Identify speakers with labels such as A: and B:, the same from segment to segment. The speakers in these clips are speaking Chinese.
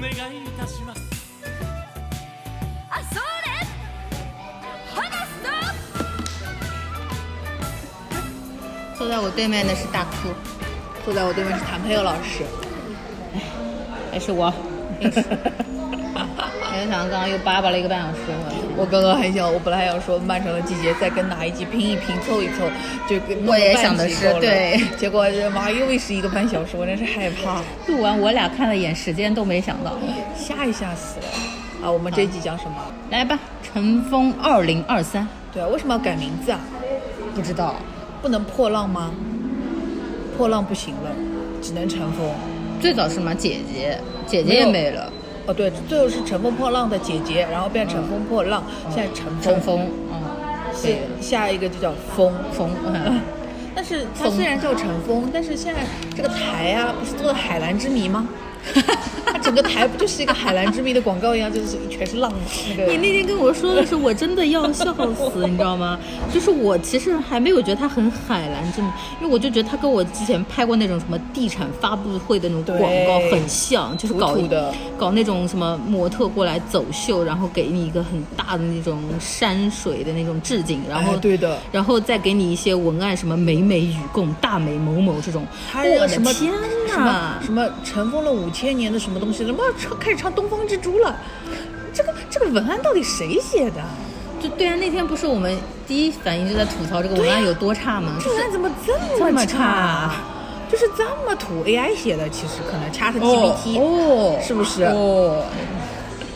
A: 願いいたします
B: あそれ話すぞ
C: 坐在我对面的是大哭，坐在我对面是谭佩佑老师。
D: 也是 我。
C: 没想到刚刚又叭叭了一个半小时，我
E: 我刚刚还想，我本来想说《漫长的季节》再跟哪一集拼一拼，凑一凑，就跟弄个
C: 我也
E: 半
C: 想的
E: 集
C: 是
E: 够了
C: 对
E: 结果妈又是一个半小时，我真是害怕，
D: 录完我俩看了一眼时间，都没想到。
E: 吓一吓死了。啊，我们这一集讲什么？
D: 来吧，乘风二零二三，
E: 对啊，为什么要改名字啊？
D: 不知道
E: 不能破浪吗？破浪不行了，只能乘风。
D: 最早是什么姐姐，姐姐也
E: 没
D: 没
E: 有
D: 了，
E: 哦，对，最后是乘风破浪的姐姐，然后变乘风破浪，现在乘风，
D: 乘风，嗯，
E: 是
D: 对，
E: 下一个就叫风。
D: 风，嗯，
E: 但是它虽然叫乘风，但是现在这个台啊，不是做的海蓝之谜吗？它整个台不就是一个海蓝之谜的广告一样，就是全是浪那
D: 你
E: 个。
D: 那天跟我说的时候，我真的要笑死，你知道吗？就是我其实还没有觉得他很海蓝真的，因为我就觉得他跟我之前拍过那种什么地产发布会的那种
E: 对
D: 广告很像，就是搞
E: 土土的
D: 搞那种什么模特过来走秀，然后给你一个很大的那种山水的那种置景，然后、
E: 哎对的
D: 然后再给你一些文案，什么美美与共、大美某某这种，
E: 还有
D: 我的
E: 什么
D: 天
E: 什
D: 哪
E: 么！什么尘封了五千年的什么东西，怎么唱开始唱《东方之珠》了？这个这个文案到底谁写的？
D: 就对啊，那天不是我们第一反应就在吐槽这个文案有多差吗？
E: 这文案怎么这
D: 这
E: 么
D: 么
E: 差
D: 差？
E: 就是这么土，AI 写的，其实可能 Chat
D: 哦
E: GPT，、
D: 哦，
E: 是不是
D: 哦，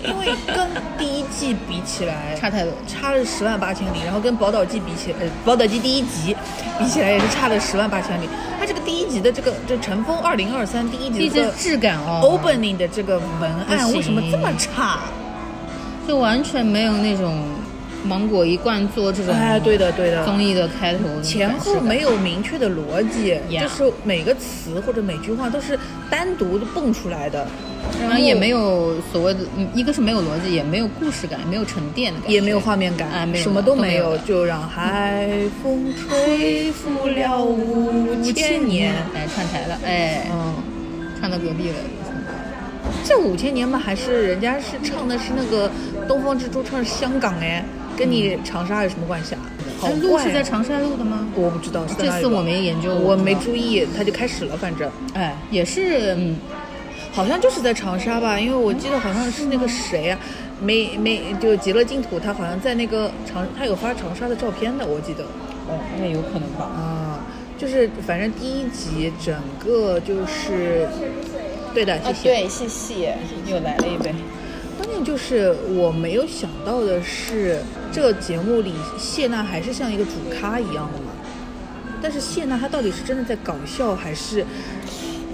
E: 因为跟第一季比起来，
D: 差太多。
E: 差了十万八千里，然后跟《宝岛季》比起来，呃，《宝岛季》第一集比起来也是差了十万八千里。它这个第一集的这个这《乘风二零二三》第一
D: 一
E: 集的这
D: 直
E: 个
D: 质感哦
E: opening 的这个文案
D: 不行
E: 为什么这么差？
D: 就完全没有那种芒果一贯做这种
E: 哎，对的对的，
D: 综艺的开头那种
E: 前
D: 感
E: 后
D: 觉
E: 没有明确的逻辑
D: Yeah
E: 就是每个词或者每句话都是单独的蹦出来的，
D: 然后也没有所谓的，嗯一个是没有逻辑，也没有故事感，没有沉淀的感觉，
E: 也没有画面感，
D: 哎，没有
E: 什么
D: 都
E: 都没
D: 有
E: 有，
D: 的。
E: 就让海风吹拂了五千年。
D: 哎，串台了，哎，
E: 嗯，
D: 串到隔壁了。
E: 这五千年嘛，还是人家是唱的是那个《东方之珠》，唱的是香港哎，跟你
D: 嗯
E: 长沙有什么关系啊？好
D: 哎录
E: 怪、
D: 是在
E: 啊！
D: 长沙录的吗？
E: 我不知道，是在
D: 这
E: 哪里
D: 次
E: 吧
D: 我没研究
E: 我
D: 我不知
E: 没
D: 道
E: 注意，他就开始了，反正
D: 哎，也是，嗯，
E: 好像就是在长沙吧，因为我记得好像是那个谁啊，没没就极乐净土，他好像在那个长，他有发长沙的照片的，我记得
D: 哦，那有可能吧。
E: 啊，就是反正第一集整个就是，哦对的，谢
D: 啊
E: 谢。
C: 对，谢谢，又来了一杯。
E: 关键就是我没有想到的是，这个节目里谢娜还是像一个主咖一样的嘛。但是谢娜她到底是真的在搞笑，还是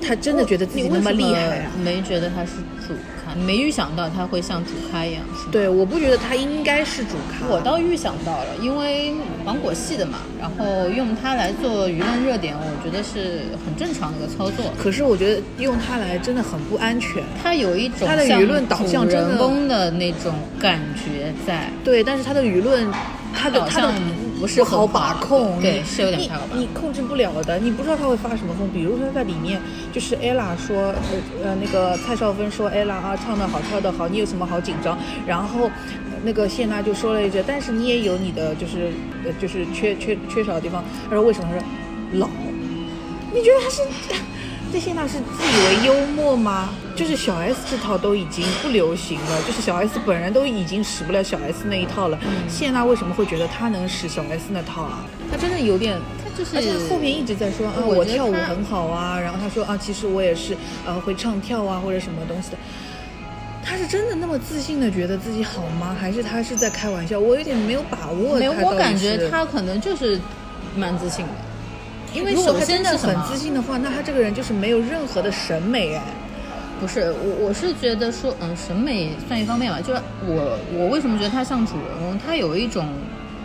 E: 她真的觉得自己那么厉害啊？
D: 没觉得他是主咖，没预想到他会像主咖一样。是吗，
E: 对，我不觉得她应该是主咖。
D: 我倒预想到了，因为芒果系的嘛，然后用它来做舆论热点，我觉得是很正常的一个操作。
E: 可是我觉得用她来真的很不安全。
D: 它有一种
E: 它的
D: 像
E: 舆论导向
D: 主
E: 真的
D: 人公的那种感觉在，
E: 对，但是她的舆论，她的
D: 导
E: 她的
D: 向不是
E: 好
D: 很
E: 把
D: 好
E: 控，
D: 对
E: 你
D: 是有点不太好把
E: 你你控制不了的，你不知道她会发什么疯。比如说在里面，就是 ella 说，呃呃，那个蔡少芬说 ella 啊，唱的好，跳的好，你有什么好紧张？然后。呃那个谢娜就说了一句，但是你也有你的就是，呃，就是缺缺缺少的地方。她说为什么？她说老。你觉得她是这谢娜是自以为幽默吗？就是小 S 这套都已经不流行了，就是小 S 本人都已经使不了小 S 那一套了。
D: 嗯
E: 谢娜为什么会觉得她能使小 S 那套啊？她真的有点，
D: 它就是
E: 而且她后面一直在说啊，
D: 我
E: 我
D: 觉得
E: 跳舞
D: 她
E: 很好啊，然后她说啊，其实我也是呃会唱跳啊或者什么东西的。她是真的那么自信的觉得自己好吗？还是她是在开玩笑？我有点没有把握。
D: 没有，
E: 她到
D: 我
E: 底
D: 感觉
E: 是
D: 他可能就是蛮自信的，
E: 因为
D: 如果
E: 首
D: 他
E: 先
D: 真的
E: 是
D: 什
E: 很
D: 么
E: 自信的话，那他这个人就是没有任何的审美哎。
D: 不是我，我是觉得说，嗯，审美算一方面吧。就是我，我为什么觉得他像主人公？他有一种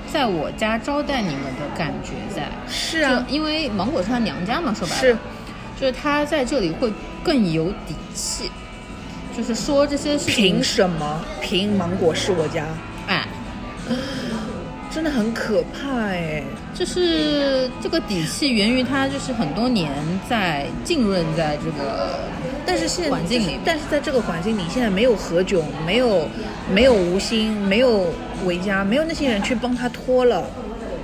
D: 在我家招待你们的感觉在。
E: 是啊
D: 就，因为芒果是他娘家嘛，说白了
E: 是，
D: 就是他在这里会更有底气，就是说这些事情
E: 凭，什么？凭芒果是我家？
D: 哎，
E: 真的很可怕哎。
D: 就是这个底气源于他就是很多年在浸润在这个
E: 但是现在
D: 环境里面
E: 但是在这个环境里，现在没有何炅，没有没有吴昕，没有维嘉，没有那些人去帮他拖了，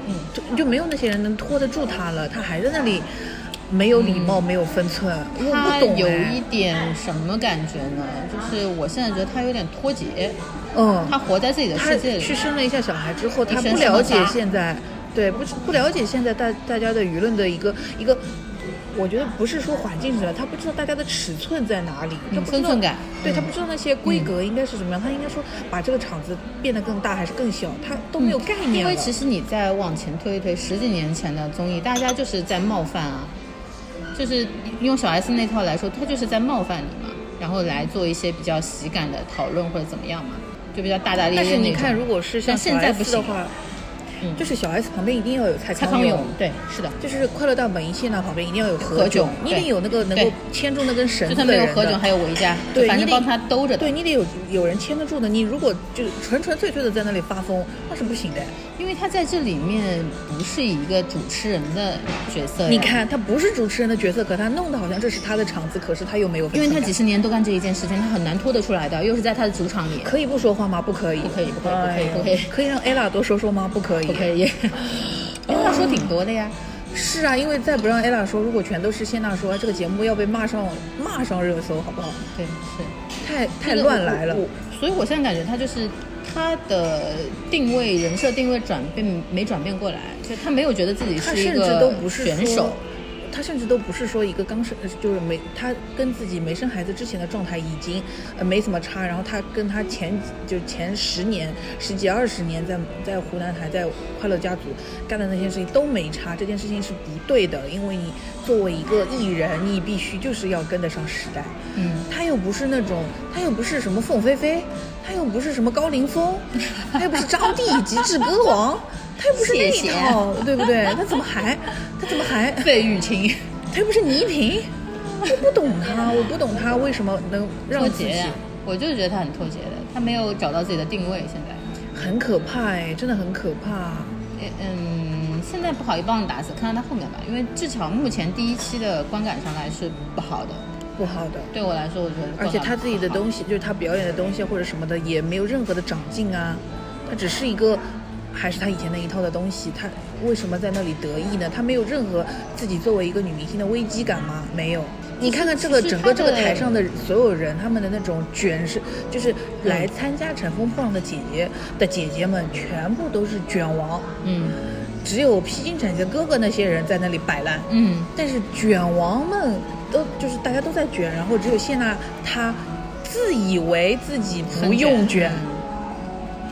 E: 嗯，就就没有那些人能拖得住他了，他还在那里没有礼貌，没有分寸，我
D: 嗯他
E: 不懂
D: 有
E: 哎
D: 一点什么感觉呢？就是我现在觉得他有点脱节，
E: 嗯，
D: 他活在自己的
E: 他
D: 世界里
E: 去。生了一下小孩之后，他
D: 一生
E: 不了解
D: 什么杂
E: 现在，对不不了解现在大大家的舆论的一个一个，我觉得不是说环境之外，他不知道大家的尺寸在哪里，他
D: 嗯
E: 不知
D: 分
E: 道
D: 寸感
E: 对
D: 嗯
E: 他不知道那些规格应该是什么样，他应该说把这个场子变得更大还是更小，他都没有概念
D: 嗯因
E: 了。
D: 为其实你再往前推一推，十几年前的综艺，大家就是在冒犯啊，就是用小 S 那套来说，他就是在冒犯你嘛，然后来做一些比较喜感的讨论或者怎么样嘛，就比较大大咧咧
E: 但
D: 那种。
E: 是你看，如果是像
D: 但
E: 小
D: 现在不
E: S
D: 行
E: 的话，
D: 嗯
E: 就是小 S 旁边一定要有蔡
D: 蔡康
E: 永
D: 永。对，是的。
E: 就是快乐大本营现场旁边一定要有
D: 何
E: 何炅
D: 炅，
E: 你得
D: 对
E: 有那个能够
D: 对
E: 牵住那根绳
D: 就
E: 子
D: 算
E: 的
D: 没有
E: 人
D: 何
E: 的
D: 炅，还有维嘉，
E: 对，
D: 反
E: 你
D: 正
E: 得
D: 帮他兜着的。
E: 对你得有有人牵得住的，你如果就纯纯粹粹的在那里发疯，那是不行的。
D: 因为他在这里面不是一个主持人的角色呀，
E: 你看，他不是主持人的角色，可他弄得好像这是他的场子，可是他又没有分
D: 因
E: 寸
D: 为
E: 感。
D: 他几十年都干这一件事情，他很难脱得出来的，又是在他的主场里，
E: 可以不说话吗？不可以，
D: 不可以不可以不可以
E: 哎呀
D: 不可以
E: 可以让 Ella 多说说吗？不可以，
D: 不可。以。 因为他说挺多的呀，
E: 是啊，因为再不让 Ella 说，如果全都是谢娜说，这个节目要被骂上骂上热搜，好不好？
D: 对，是
E: 太太乱来了
D: 我。我所以我现在感觉他就是他的定位人设定位转变没转变过来，就他没有觉得自己
E: 他
D: 是一
E: 甚至都
D: 个
E: 不是
D: 选
E: 说
D: 手。
E: 他甚至都不是说一个刚生，呃就是没他跟自己没生孩子之前的状态已经呃没怎么差，然后他跟他前就前十年、十几二十年在在湖南台在快乐家族干的那些事情都没差，这件事情是不对的，因为你作为一个艺人，你必须就是要跟得上时代。
D: 嗯，
E: 他又不是那种，他又不是什么凤飞飞，他又不是什么高凌风，他又不是张帝以及至歌王，他又不是那一
D: 谢谢
E: 套，哦对不 对？他怎么还，他怎么还，
D: 费玉清，
E: 他又不是倪萍，我不懂他，我不懂他为什么能让
D: 脱
E: 自
D: 节
E: 己
D: 呀，我就是觉得他很脱节的，他没有找到自己的定位，现在。
E: 很可怕哎，真的很可怕。
D: 嗯，现在不好一棒子打死，看看他后面吧。因为至少目前第一期的观感上来是不好的，
E: 不好的。
D: 对我来说，我觉得。
E: 而且他自己的
D: 西，
E: 东西，就是他表演的东西或者什么的，也没有任何的长进啊。他只是一个，还是他以前那一套的东西。他为什么在那里得意呢？他没有任何自己作为一个女明星的危机感吗？没有。你看看这个
D: 其实
E: 整
D: 他
E: 个这个
D: 的
E: 台上的所有人，他们的那种卷是，就是来参加《乘风破浪的姐姐》的姐姐们，全部都是卷王，
D: 嗯
E: 只有披荆斩棘的哥哥那些人在那里摆烂。
D: 嗯，
E: 但是卷王们都就是大家都在卷，然后只有谢娜她自以为自己不用卷，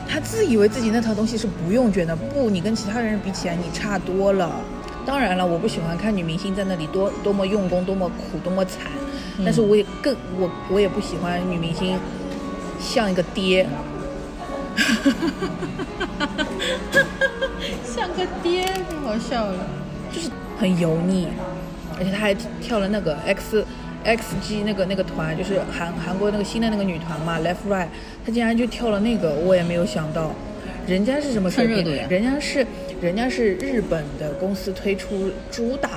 E: 她自以为自己那套东西是不用卷的。不，你跟其他人比起来，你差多了。当然了，我不喜欢看女明星在那里多多么用功、多么苦、多么惨，但是我也更我我也不喜欢女明星像一个爹，
D: 像个爹，太好笑了。
E: 就是很油腻，而且他还跳了那个 X X G 那个那个团，就是韩韩国那个新的那个女团嘛，Left Right，他竟然就跳了那个，我也没有想到，人家是什么水
D: 蹭热度
E: 平
D: 呀？
E: 人家是人家是日本的公司推出主打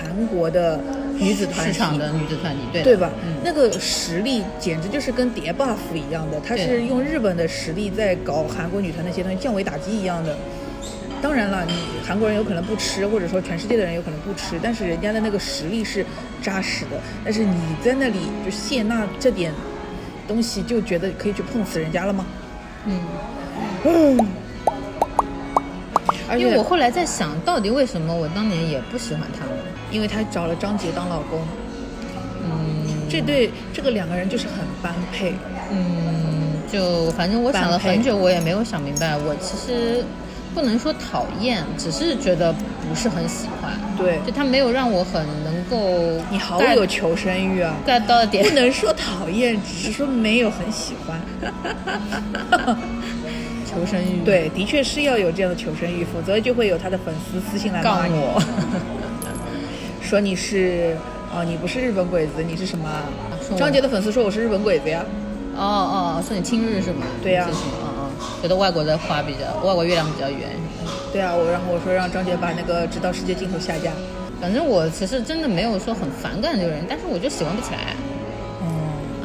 E: 韩国的女子团
D: 市
E: 体
D: 场的女子团体，对
E: 对吧？
D: 嗯，
E: 那个实力简直就是跟叠 buff 一样的，他是
D: 对
E: 用日本的实力在搞韩国女团那些东西，降维打击一样的。当然了，你韩国人有可能不吃，或者说全世界的人有可能不吃，但是人家的那个实力是扎实的。但是你在那里就谢娜这点东西，就觉得可以去碰死人家了吗？嗯，而且
D: 因为我后来在想，到底为什么我当年也不喜欢他们？
E: 因为她找了张杰当老公，嗯，这对这个两个人就是很般配。
D: 嗯，就反正我想了很久，我也没有想明白。我其实不能说讨厌，只是觉得不是很喜欢。
E: 对
D: 就他没有让我很能够
E: 你好
D: get-
E: 有求生欲啊！
D: get 到的点
E: 不。能说讨厌，只是说没有很喜 欢。
D: 求生欲，
E: 对，的确是要有这样的求生欲，否则就会有他的粉丝私信来
D: 杠
E: 骂你，
D: 我。
E: 说你是啊、你不是日本鬼子，你是什么啊
D: 说？我
E: 张杰的粉丝说我是日本鬼子呀。
D: 哦哦，说你亲日是吗？
E: 对呀啊
D: 这是什么哦哦，觉得外国的花比较，外国月亮比较圆什么的。
E: 对啊，我然后我说让张姐把那个直到世界尽头下架。
D: 反正我其实真的没有说很反感这个人，但是我就喜欢不起来
E: 哦，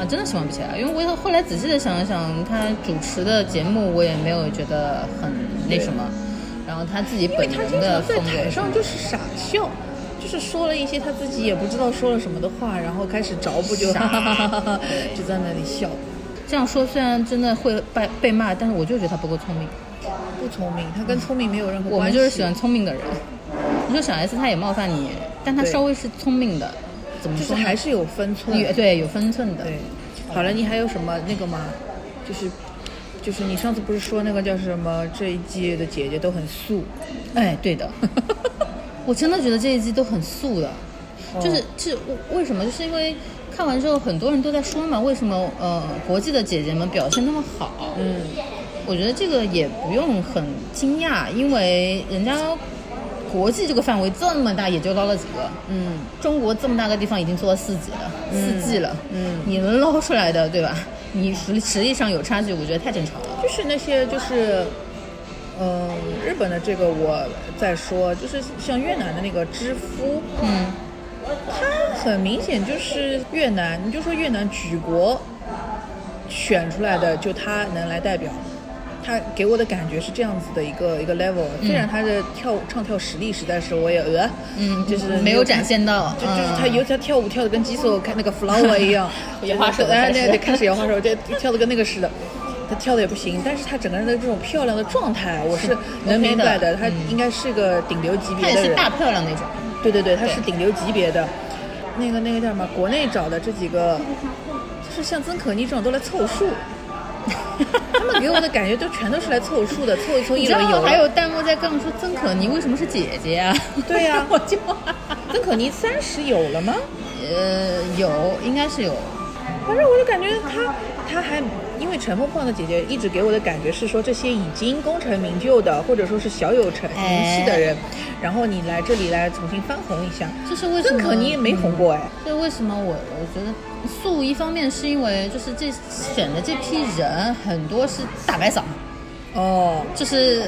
D: 啊，真的喜欢不起来。因为我后来仔细的想一想，他主持的节目我也没有觉得很那什么，然后他自己
E: 因为
D: 本
E: 他
D: 人
E: 经
D: 的
E: 常
D: 风
E: 在
D: 格
E: 台
D: 也是
E: 上就是傻笑，就是说了一些他自己也不知道说了什么的话，然后开始着不就哈哈哈哈， 就在那里笑。
D: 这样说，虽然真的会被被骂，但是我就觉得他不够聪明。
E: 不聪明，他跟聪明没有任何
D: 我
E: 关
D: 们
E: 系。
D: 就是喜欢聪明的人。你说小 S 她也冒犯你，但她
E: 对
D: 稍微是聪明的，怎么
E: 就是
D: 说呢？
E: 还是有分寸。
D: 有对有分寸的。
E: 对，好了，你还有什么那个吗？就是就是你上次不是说那个叫什么这一季的姐姐都很素，
D: 哎，对 的，我真的觉得这一季都很素的，
E: 哦
D: 就是是为什么？就是因为看完之后，很多人都在说嘛，为什么呃国际的姐姐们表现那么好？
E: 嗯，
D: 我觉得这个也不用很惊讶，因为人家国际这个范围这么大，也就捞了几个。
E: 嗯，
D: 中国这么大个地方已经做了四季了，四季了，
E: 嗯
D: 你能捞出来的，对吧？你实力实力上有差距，我觉得太正常了。
E: 就是那些就是。嗯，日本的这个我在说，就是像越南的那个知夫，
D: 嗯，
E: 它很明显就是越南，你就说越南举国选出来的，就他能来代表。他给我的感觉是这样子的一个一个 level，虽然他的跳舞唱跳实力实在是我也呃，
D: 嗯
E: 就是
D: 没有展现到
E: 就就是
D: 嗯，
E: 他尤其他跳舞跳的跟 Jisoo 看那个 flower 一样
D: 摇花手
E: 哎对
D: 开始
E: 对，开始摇花手，对跳的跟那个似的。他跳的也不行，但是他整个人的这种漂亮的状态，啊我是能明白的。
D: OK 的
E: 他应该是个顶流级
D: 她
E: 别
D: 也
E: 的人，
D: 是大漂亮那种。
E: 对对对，他是顶流级别的。那个那个叫什么？国内找的这几个，就是像曾可妮这种都来凑数。他们给我的感觉就全都是来凑数的，凑一凑
D: 你
E: 一
D: 知
E: 轮
D: 道
E: 游。
D: 还有弹幕在杠说曾可妮为什么是姐姐啊？
E: 对呀
D: 我就
E: 曾可妮三十有了吗？
D: 呃有，应该是有。
E: 反正我就感觉她，她还因为乘风破浪的姐姐一直给我的感觉是说，这些已经功成名就的，或者说是小有成名气的人，然后你来这里来重新翻红一下。
D: 哎这是为什
E: 曾
D: 么？
E: 可妮也没红过哎，
D: 所以为什么我我觉得素一方面是因为就是这选的这批人很多是大白嗓，
E: 哦，
D: 就是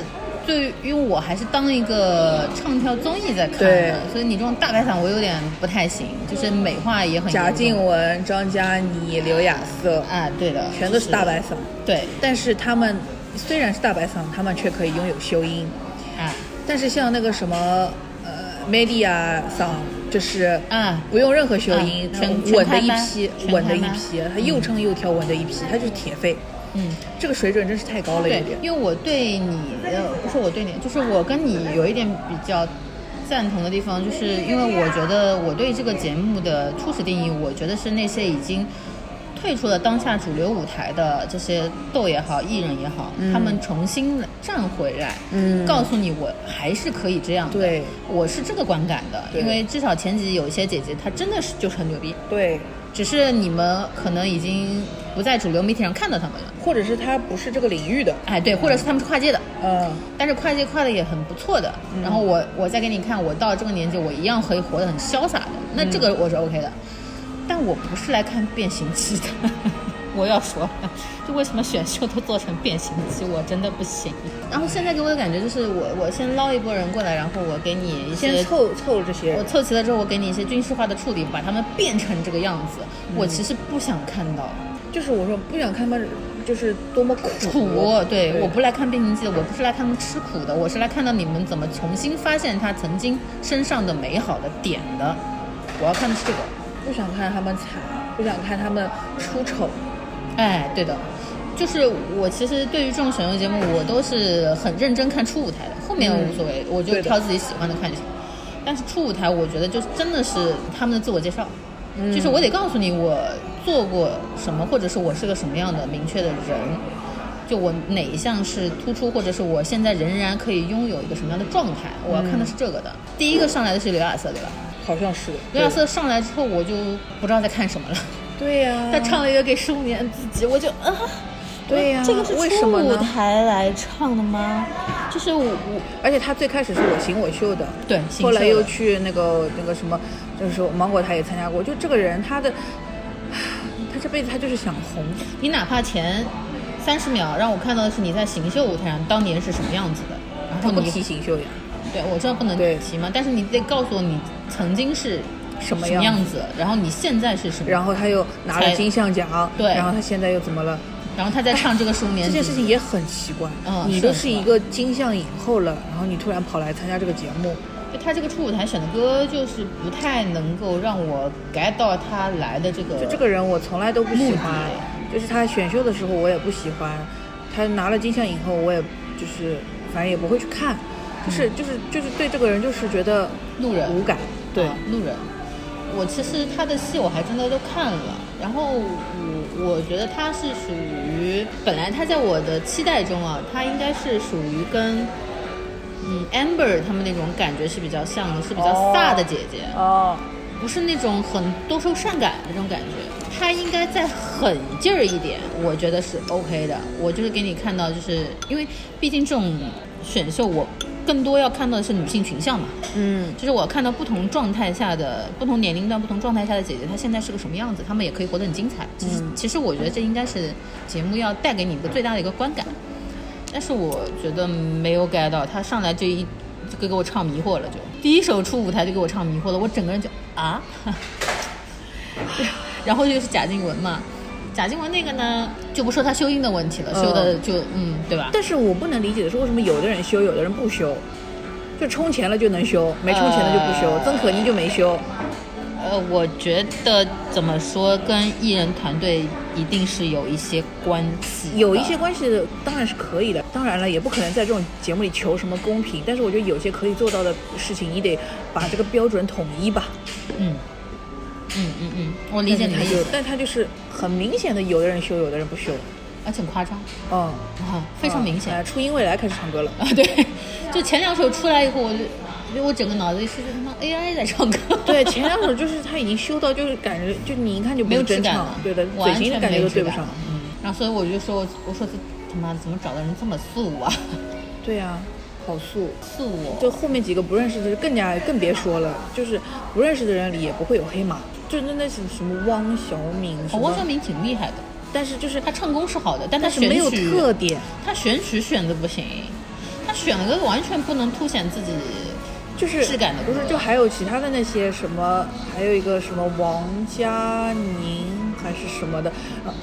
D: 对，因为我还是当一个唱跳综艺在看
E: 对
D: 的，所以你这种大白嗓我有点不太行，就是美化也很严重
E: 贾静雯、张嘉倪、刘雅瑟，
D: 啊，对的，
E: 全都是大白
D: 就
E: 嗓。
D: 是，对
E: 但是他们虽然是大白嗓，他们却可以拥有修音。
D: 啊
E: 但是像那个什么呃 Melody 啊嗓，就是
D: 啊
E: 不用任何修音，
D: 啊全
E: 稳的一
D: 全
E: 批
D: 开，麦
E: 稳的一
D: 全开麦
E: 批，他又唱又跳，稳的一批，他就是铁肺。
D: 嗯。
E: 这个水准真是太高了
D: 对
E: 一点，。
D: 因为我对你的不是我对你，就是我跟你有一点比较赞同的地方，就是因为我觉得我对这个节目的初始定义，我觉得是那些已经退出了当下主流舞台的这些豆也好，艺人也好，他们重新站回来，
E: 嗯
D: 告诉你我还是可以这样的，
E: 对，
D: 我是这个观感的，
E: 嗯对
D: 因为至少前几集有一些姐姐她真的是就是很牛逼，
E: 对，
D: 只是你们可能已经不在主流媒体上看到他们了。
E: 或者是他不是这个领域的，
D: 哎，对，或者是他们是跨界的，
E: 嗯，
D: 但是跨界跨的也很不错的。然后我我再给你看，我到这个年纪，我一样可以活得很潇洒的，那这
E: 嗯
D: 个我是 OK 的。但我不是来看变形记 的，我要说，就为什么选秀都做成变形记，我真的不行。然后现在给我的感觉就是我，我先捞一波人过来，然后我给你一些
E: 先凑凑这些
D: 我。凑齐了之后，我给你一些军事化的处理，把他们变成这个样子。
E: 嗯
D: 我其实不想看到
E: 就是我说不想看他们，就是多么苦。
D: 苦，对，我不来看变形记的，我不是来看他们吃苦的，我是来看到你们怎么重新发现他曾经身上的美好的点的。我要看的是这个。
E: 不想看他们惨，不想看他们出丑。
D: 哎，对的，就是我其实对于这种选秀节目，我都是很认真看初舞台的，后面无所谓，我就
E: 嗯对的
D: 挑自己喜欢的看就行。但是初舞台，我觉得就是真的是他们的自我介绍，
E: 嗯
D: 就是我得告诉你我做过什么，或者是我是个什么样的明确的人。就我哪一项是突出，或者是我现在仍然可以拥有一个什么样的状态，
E: 嗯
D: 我要看的是这个的。第一个上来的是刘亚瑟，对吧？
E: 好像是。
D: 刘亚瑟上来之后，我就不知道在看什么了。
E: 对呀、
D: 他唱了一个给十五年自己，我就啊，
E: 对呀
D: 这个是
E: 为什么
D: 初舞
E: 呢
D: 台来唱的吗？就是我我
E: 而且他最开始是我行我秀的，
D: 对行
E: 后
D: 秀
E: 来
D: 的
E: 又去那个那个什么，就是芒果台也参加 过。就这个人，他的，唉他这辈子他就是想红，
D: 你哪怕前三十秒让我看到的是你在行秀舞台上当年是什么样子的，然
E: 他
D: 后
E: 不
D: 你
E: 提醒秀呀，
D: 对我知道不能
E: 对
D: 提嘛，但是你得告诉我你曾经是
E: 什么
D: 么
E: 样
D: 样子，然后你现在是什么，
E: 然后他又拿了
D: 才
E: 金像奖，
D: 对
E: 然后他现在又怎么了？
D: 然后他在唱这个十五年
E: 哎这件
D: 级
E: 事情也很奇怪，
D: 嗯
E: 你
D: 是
E: 都
D: 很
E: 是
D: 奇怪
E: 一个金像影后了，然后你突然跑来参加这个节目，
D: 就他这个初舞台选的歌，就是不太能够让我 get 到他来的这个。
E: 就这个人我从来都不喜欢，就是他选秀的时候我也不喜欢，他拿了金像影后我也就是反正也不会去看，就是、就是就是对这个人就是觉得
D: 路人
E: 无感，对。
D: 啊路人。我其实他的戏我还真的都看了，然后我我觉得他是属于本来他在我的期待中啊，他应该是属于跟嗯 Amber 他们那种感觉是比较像的，是比较
E: 哦
D: 飒的姐姐，
E: 哦，
D: 不是那种很多愁善感的那种感觉。他应该再狠劲儿一点，我觉得是 OK 的。我就是给你看到，就是因为毕竟这种选秀，我更多要看到的是女性群像嘛。
E: 嗯，
D: 就是我看到不同状态下的、不同年龄段、不同状态下的姐姐，她现在是个什么样子，她们也可以活得很精彩。其实，其实我觉得这应该是节目要带给你的最大的一个观感。但是我觉得没有 get 到，她上来就一就给我唱迷惑了，就第一首出舞台就给我唱迷惑了，我整个人就啊。 然后就是贾静雯嘛，贾静雯那个呢，就不说她修音的问题了，修的就嗯，对吧？
E: 但是我不能理解的是，为什么有的人修，有的人不修？就充钱了就能修，没充钱的就不修。
D: 呃
E: 曾可妮就没修，
D: 呃，我觉得怎么说，跟艺人团队一定是有一些关系的，
E: 有一些关系的当然是可以的，当然了，也不可能在这种节目里求什么公平。但是我觉得有些可以做到的事情，你得把这个标准统一吧。
D: 嗯，嗯嗯嗯，我理解你的
E: 但
D: 意
E: 是他有
D: 思，，
E: 但他就是很明显的，有的人修，有的人不修，
D: 而且很夸张，
E: 嗯，
D: 啊，非常明显
E: 哎
D: 啊
E: 初音未来开始唱歌 了，
D: 对，就前两首出来以后，我就我整个脑子里是他妈 AI 在唱歌，
E: 对，前两首就是他已经修到就是感觉就你一看就不
D: 没有
E: 是
D: 质
E: 真
D: 感
E: 唱
D: 了，，
E: 对的，嘴
D: 完
E: 型的
D: 全
E: 感
D: 没
E: 觉
D: 有
E: 都
D: 质
E: 对不
D: 感
E: 上
D: 了，嗯，然后所以我就说，我我说这他妈的怎么找的人这么素啊，
E: 对呀、好素。
D: 素我，
E: 就后面几个不认识的，更加更别说了，就是不认识的人里也不会有黑马，就那那什什么汪小敏什
D: 哦
E: 么，
D: 汪小，敏挺厉害的，
E: 但是就是
D: 她唱功是好的，但她
E: 但是没有
D: 选曲
E: 特点，
D: 他选曲选的不行，他选了个完全不能凸显自己
E: 就是
D: 质感的
E: 不是
D: 歌
E: 就还有其他的那些什么，还有一个什么王佳宁还是什么的，呃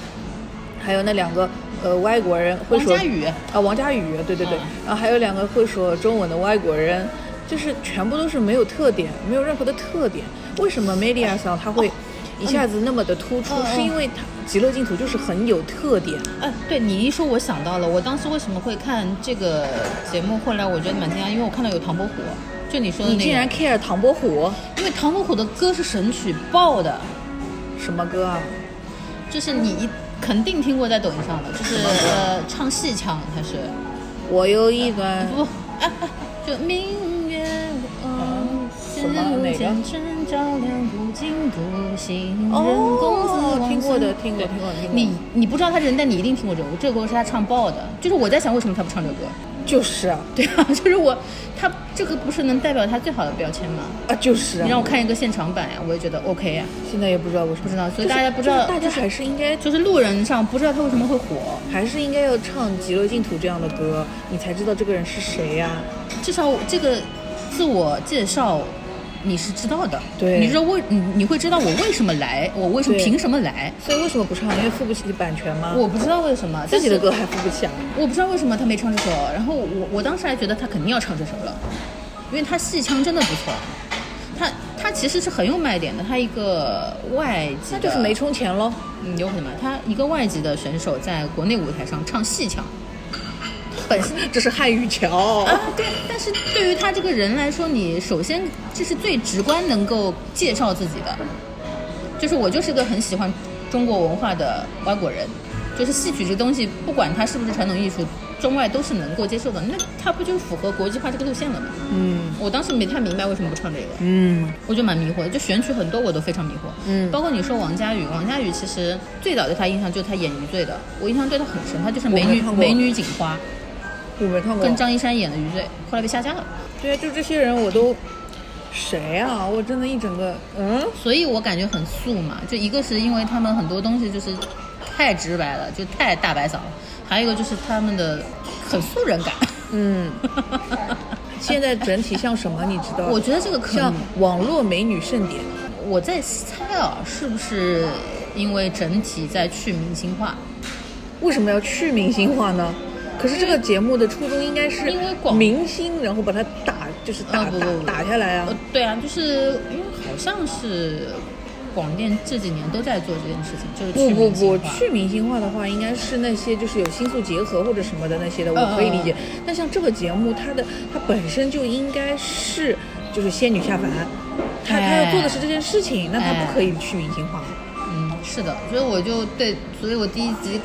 E: 还有那两个呃外国人会
D: 王
E: 说
D: 佳宇，
E: 啊王佳宇，对对对，
D: 嗯
E: 然后还有两个会说中文的外国人。就是全部都是没有特点，没有任何的特点。为什么 Melia 桑她会一下子那么的突出？
D: 哦嗯嗯
E: 是因为她极乐净土就是很有特点。
D: 哎，对你一说，我想到了，我当时为什么会看这个节目？后来我觉得蛮惊讶，因为我看到有唐伯虎，就你说的
E: 你
D: 那
E: 竟然
D: 个，
E: care 唐伯虎
D: 因为唐伯虎的歌是神曲爆的，
E: 什么歌啊？
D: 就是你一肯定听过在抖音上的，就是呃唱戏腔，他是
E: 我有一段
D: 不，哎哎，就明月光，
E: 什么哪个
D: 前程照亮不尽独行人，公子
E: 哦，
D: 王
E: 听过的，
D: 孙
E: 听过，听过，听过。
D: 你你不知道他人，但你一定听过这首歌。这首歌是他唱爆的，就是我在想为什么他不唱这首歌，
E: 就是啊，
D: 对啊，就是我他这个不是能代表他最好的标签吗？
E: 啊就是啊。
D: 你让我看一个现场版呀，我也觉得 OK 呀、
E: 现在也不知道为什么，
D: 不知道所以
E: 就是
D: 大家不知道
E: 就是大家还是应该，
D: 就是路人上不知道他为什么会火，
E: 还是应该要唱《极乐净土》这样的歌，你才知道这个人是谁啊呀、
D: 至少这个自我介绍你是知道的，
E: 对
D: 你知道为你你会知道我为什么来，我为什么
E: 对
D: 凭什么来，
E: 所以为什么不唱？因为付不起版权吗？
D: 我不知道为什么，
E: 自己的
D: 但是
E: 歌还付不起啊？
D: 我不知道为什么他没唱这首，然后我我当时还觉得他肯定要唱这首了，因为他戏腔真的不错，他他其实是很有卖点的，他一个外籍
E: 那
D: 的，
E: 就是没充钱喽。
D: 嗯，有可能吧，他一个外籍的选手在国内舞台上唱戏腔，本身
E: 这是汉语哦桥，
D: 啊对，但是对于他这个人来说，你首先这是最直观能够介绍自己的，就是我就是个很喜欢中国文化的外国人，就是戏曲这东西，不管它是不是传统艺术，中外都是能够接受的，那它不就符合国际化这个路线了吗？
E: 嗯
D: 我当时没太明白为什么不唱这个，
E: 嗯，
D: 我就蛮迷惑的，就选曲很多我都非常迷惑，
E: 嗯
D: 包括你说王佳宇，王佳宇其实最早对她印象就是她演余罪的，我印象对她很深，她就是美
E: 我没
D: 女
E: 看过
D: 美女警花，
E: 我没看过。
D: 跟张一山演的余罪，后来被下架了。
E: 对啊，就这些人我都谁啊？我真的一整个嗯，
D: 所以我感觉很素嘛，就一个是因为他们很多东西就是太直白了，就太大白嗓了；还有一个就是他们的很素人感。
E: 嗯，现在整体像什么？你知道？
D: 我觉得这个可
E: 像
D: 能，
E: 网络美女盛典。
D: 我在猜啊，是不是因为整体在去明星化？
E: 为什么要去明星化呢？可是这个节目的初衷应该是
D: 因为广
E: 明星，然后把它打，就是打、
D: 呃不不不
E: 打打下来啊
D: 呃。，对啊，就是因为好像是广电这几年都在做这件事情，就是
E: 不
D: 去
E: 不
D: 明
E: 不
D: 星，化。
E: 去明星化的话，应该是那些就是有星宿结合或者什么的那些
D: 嗯
E: 的，我可以理解。但像这个节目，它的它本身就应该是就是仙女下凡，它它
D: 哎
E: 要做的是这件事情，那它不可以去明星化。
D: 嗯，是的，所以我就对，所以我第一集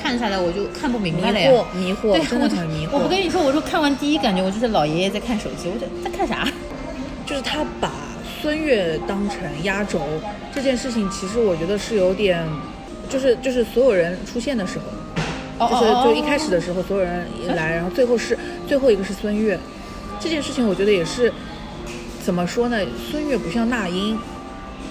D: 看下来我就看不明
E: 迷
D: 白了呀。
E: 惑，迷
D: 对，
E: 惑，真的
D: 我就
E: 很迷惑。
D: 我不跟你说，我说看完第一感觉，我就是老爷爷在看手机，我就在看啥？
E: 就是他把孙悦当成压轴这件事情，其实我觉得是有点，就是就是所有人出现的时候，
D: 哦
E: 就是就一开始的时候所有人一来，然后最后是最后一个是孙悦，这件事情我觉得也是怎么说呢？孙悦不像那英。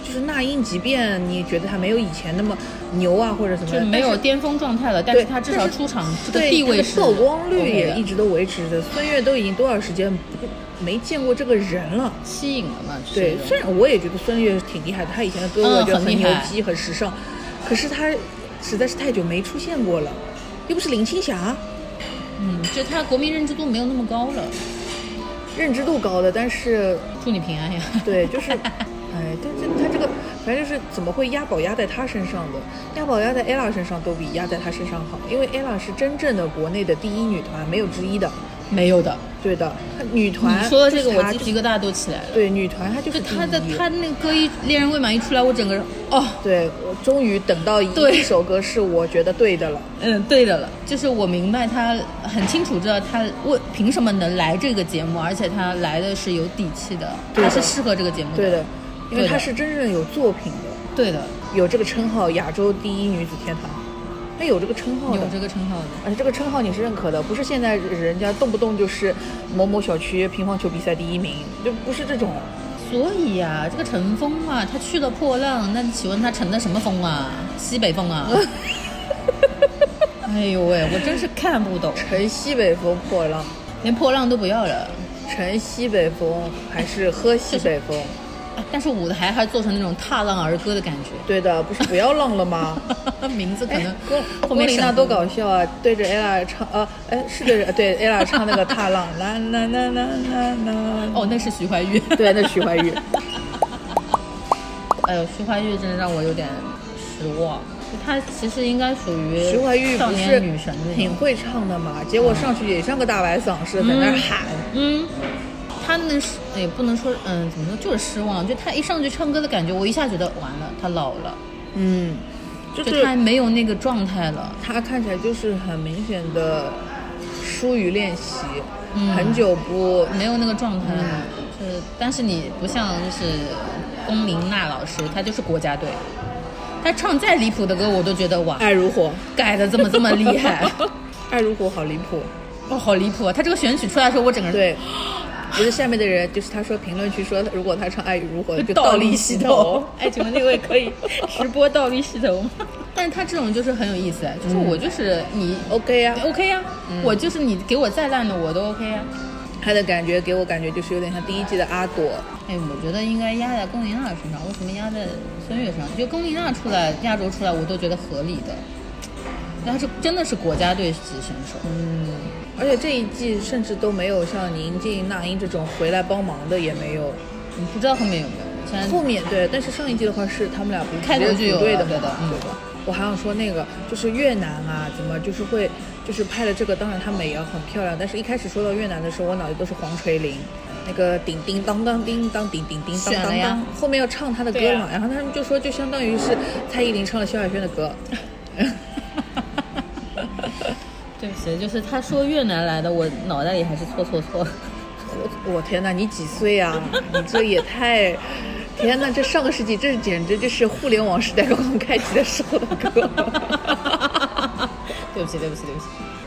E: 就是那英，即便你觉得她没有以前那么牛啊，或者怎么
D: 就
E: 样，
D: 没有
E: 但是
D: 巅峰状态了，但
E: 对，
D: 是他至少
E: 但是
D: 出场这个
E: 对
D: 地位
E: 他的
D: 是
E: 曝光率
D: OK
E: 也
D: 的
E: 一直都维持着。孙悦都已经多少时间不没见过这个人了？
D: 吸引了嘛。就是
E: 对，虽然我也觉得孙悦挺厉害的，他以前的歌我也觉得
D: 嗯
E: 很
D: 很厉
E: 牛
D: 害
E: 逼、很时尚，可是他实在是太久没出现过了，又不是林青霞，
D: 嗯，就他国民认知度没有那么高了。
E: 认知度高的，但是
D: 祝你平安呀！
E: 对， 就是，哎，但是他这个反正就是怎么会押宝押在他身上的，押宝押在 ella 身上都比押在他身上好，因为 ella 是真正的国内的第一女团，没有之一的，
D: 没有的。
E: 对的，女团
D: 你说的
E: 就
D: 这
E: 是
D: 个，我
E: 她
D: 鸡
E: 就
D: 皮
E: 是
D: 疙瘩都起来了。
E: 对，女团她就是
D: 就他的
E: 第一
D: 他那个歌一《恋人未满》一出来，我整个人哦，
E: 对我终于等到一
D: 对
E: 一首歌是我觉得对的了。
D: 嗯，对的了，就是我明白他很清楚知道他为凭什么能来这个节目，而且他来的是有底气的，
E: 对的
D: 他是适合这个节目
E: 嗯对
D: 的
E: 的，因为
D: 对
E: 她
D: 的
E: 是真正有作品的，
D: 对的，
E: 有这个称号“亚洲第一女子天团”，她有这个称号的
D: 有。这个称号的。
E: 而且这个称号你是认可的，不是现在人家动不动就是某某小区乒乓球比赛第一名，就不是这种。
D: 所以呀、这个乘风啊，他去了破浪，那请问他乘的什么风啊？西北风 啊？哎呦喂，我真是看不懂，
E: 乘西北风破浪，
D: 连破浪都不要了。
E: 乘西北风还是喝西北风？
D: 啊但是舞台还做成那种踏浪儿歌的感觉，
E: 对的，不是不要浪了 吗？
D: 名字可
E: 哎
D: 能，
E: 郭
D: 后
E: 郭
D: 面
E: 琳
D: 省
E: 娜
D: 略
E: 多搞笑啊！对着 ella 唱，呃，哎，是对着对 ella 唱那个踏浪，啦啦啦啦啦啦。
D: 哦，那是徐怀钰。
E: 对，那徐怀钰。
D: 哎呦，徐怀钰真的让我有点失望。她其实应该属于
E: 徐怀钰
D: 少
E: 不
D: 年
E: 是
D: 女神那
E: 挺
D: 种。
E: 会唱的嘛，结果上去也像个大白嗓似的，在那儿喊。
D: 嗯，她那是也不能说，嗯，怎么说，就是失望。就她一上去唱歌的感觉，我一下觉得完了，她老了，
E: 嗯，就
D: 就是她没有那个状态了。
E: 他看起来就是很明显的疏于练习，很久不
D: 没有那个状态了，就是，但是你不像就是龚琳娜老师，她就是国家队，她唱再离谱的歌我都觉得哇，
E: 爱如火，
D: 改的怎么这么厉 害？
E: 爱如火好离谱。
D: 哇，好离谱啊！她这个选曲出来的时候，我整个人
E: 对，不是下面的人，就是他说评论区说，如果他唱爱如火就
D: 倒立洗
E: 洗
D: 头。 哎，请问那位可以直播倒立洗头吗？ 但是他这种就是很有意思，哎，就是我就是你
E: OK 啊，
D: OK 呀、我就是你给我再烂的我都 OK 呀、
E: 他的感觉给我感觉就是有点像第一季的阿朵，
D: 哎，我觉得应该压在龚琳娜身上，为什么压在孙悦身上？就龚琳娜出来亚洲出来，我都觉得合理的。但她是真的是国家队级选手，嗯
E: 而且这一季甚至都没有像宁静、那英这种回来帮忙的也没有。
D: 你不知道后面有没有？现在
E: 后面对，但是上一季的话是他们俩不是
D: 嗯开头就有了
E: 对的嘛，
D: 对的嗯
E: 对的。我还想说那个就是越南啊，怎么就是会就是拍了这个，当然他们也要很漂亮，但是一开始说到越南的时候，我脑袋都是黄垂玲。那个叮叮当当叮当叮叮叮当
D: 选了
E: 当
D: 呀
E: 当，后面要唱她的歌
D: 对
E: 了
D: 呀
E: 嘛，然后他们就说就相当于是蔡依林唱了萧亚轩 的歌，
D: 对不起，就是他说越南来的，我脑袋里还是错错错。
E: 我我天哪，你几岁啊？你这也太……天哪，这上个世纪，这简直就是互联网时代刚刚开启的时候的歌。
D: 对不起，对不起，对不起。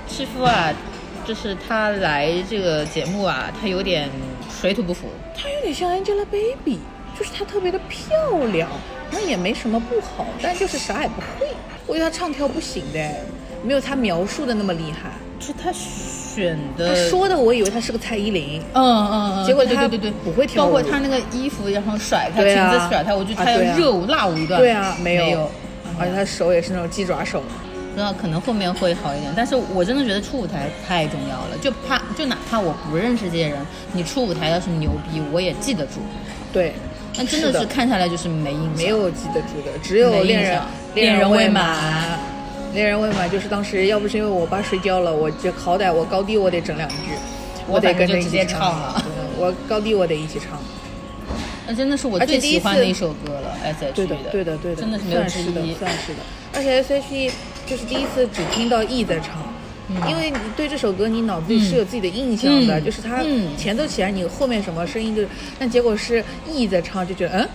D: 师傅啊，就是他来这个节目啊，他有点水土不服。
E: 她有点像 Angelababy，就是她特别的漂亮，那也没什么不好，但就是啥也不会。我觉得她唱跳不行的，没有他描述的那么厉害。
D: 是他选
E: 他
D: 的，
E: 说的我以为他是个蔡依林，
D: 嗯嗯嗯，
E: 结果
D: 对
E: 他
D: 对对对，
E: 不会跳
D: 包括
E: 舞
D: 他那个衣服，然后甩开裙
E: 对啊
D: 子甩开，我觉得
E: 啊
D: 他
E: 对啊
D: 要热舞辣舞一段，
E: 对啊，没
D: 有，
E: 而且他手也是那种鸡爪手嘛。
D: 不知道可能后面会好一点，但是我真的觉得出舞台太重要了，就怕就哪怕我不认识这些人，你出舞台要是牛逼，我也记得住。
E: 对，
D: 那真的
E: 是的
D: 是看下来就是没印象，
E: 没有记得住的，只有
D: 没
E: 恋
D: 印
E: 人
D: 象
E: 恋
D: 恋
E: 人
D: 人
E: 未
D: 未
E: 满
D: 满。
E: 恋人未满就是当时要不是因为我爸睡觉了，我这好歹我高低我得整两句，
D: 我
E: 得
D: 反正就
E: 跟着一
D: 直
E: 起
D: 接唱了
E: 对我高低我得一起唱。
D: 那真的是我
E: 而且
D: 最
E: 第一
D: 喜欢
E: 次
D: 的一首歌了，S.H.E
E: 对的，对的，对的，
D: 真的是没有
E: 算
D: 之
E: 是的，
D: 一。
E: 算是的。而且 S.H.E 就是第一次只听到 E 在唱。因为你对这首歌，你脑子里是有自己的印象的，
D: 嗯
E: 就是它
D: 嗯
E: 前奏起来，你后面什么声音就，但结果是 E 在唱，就觉得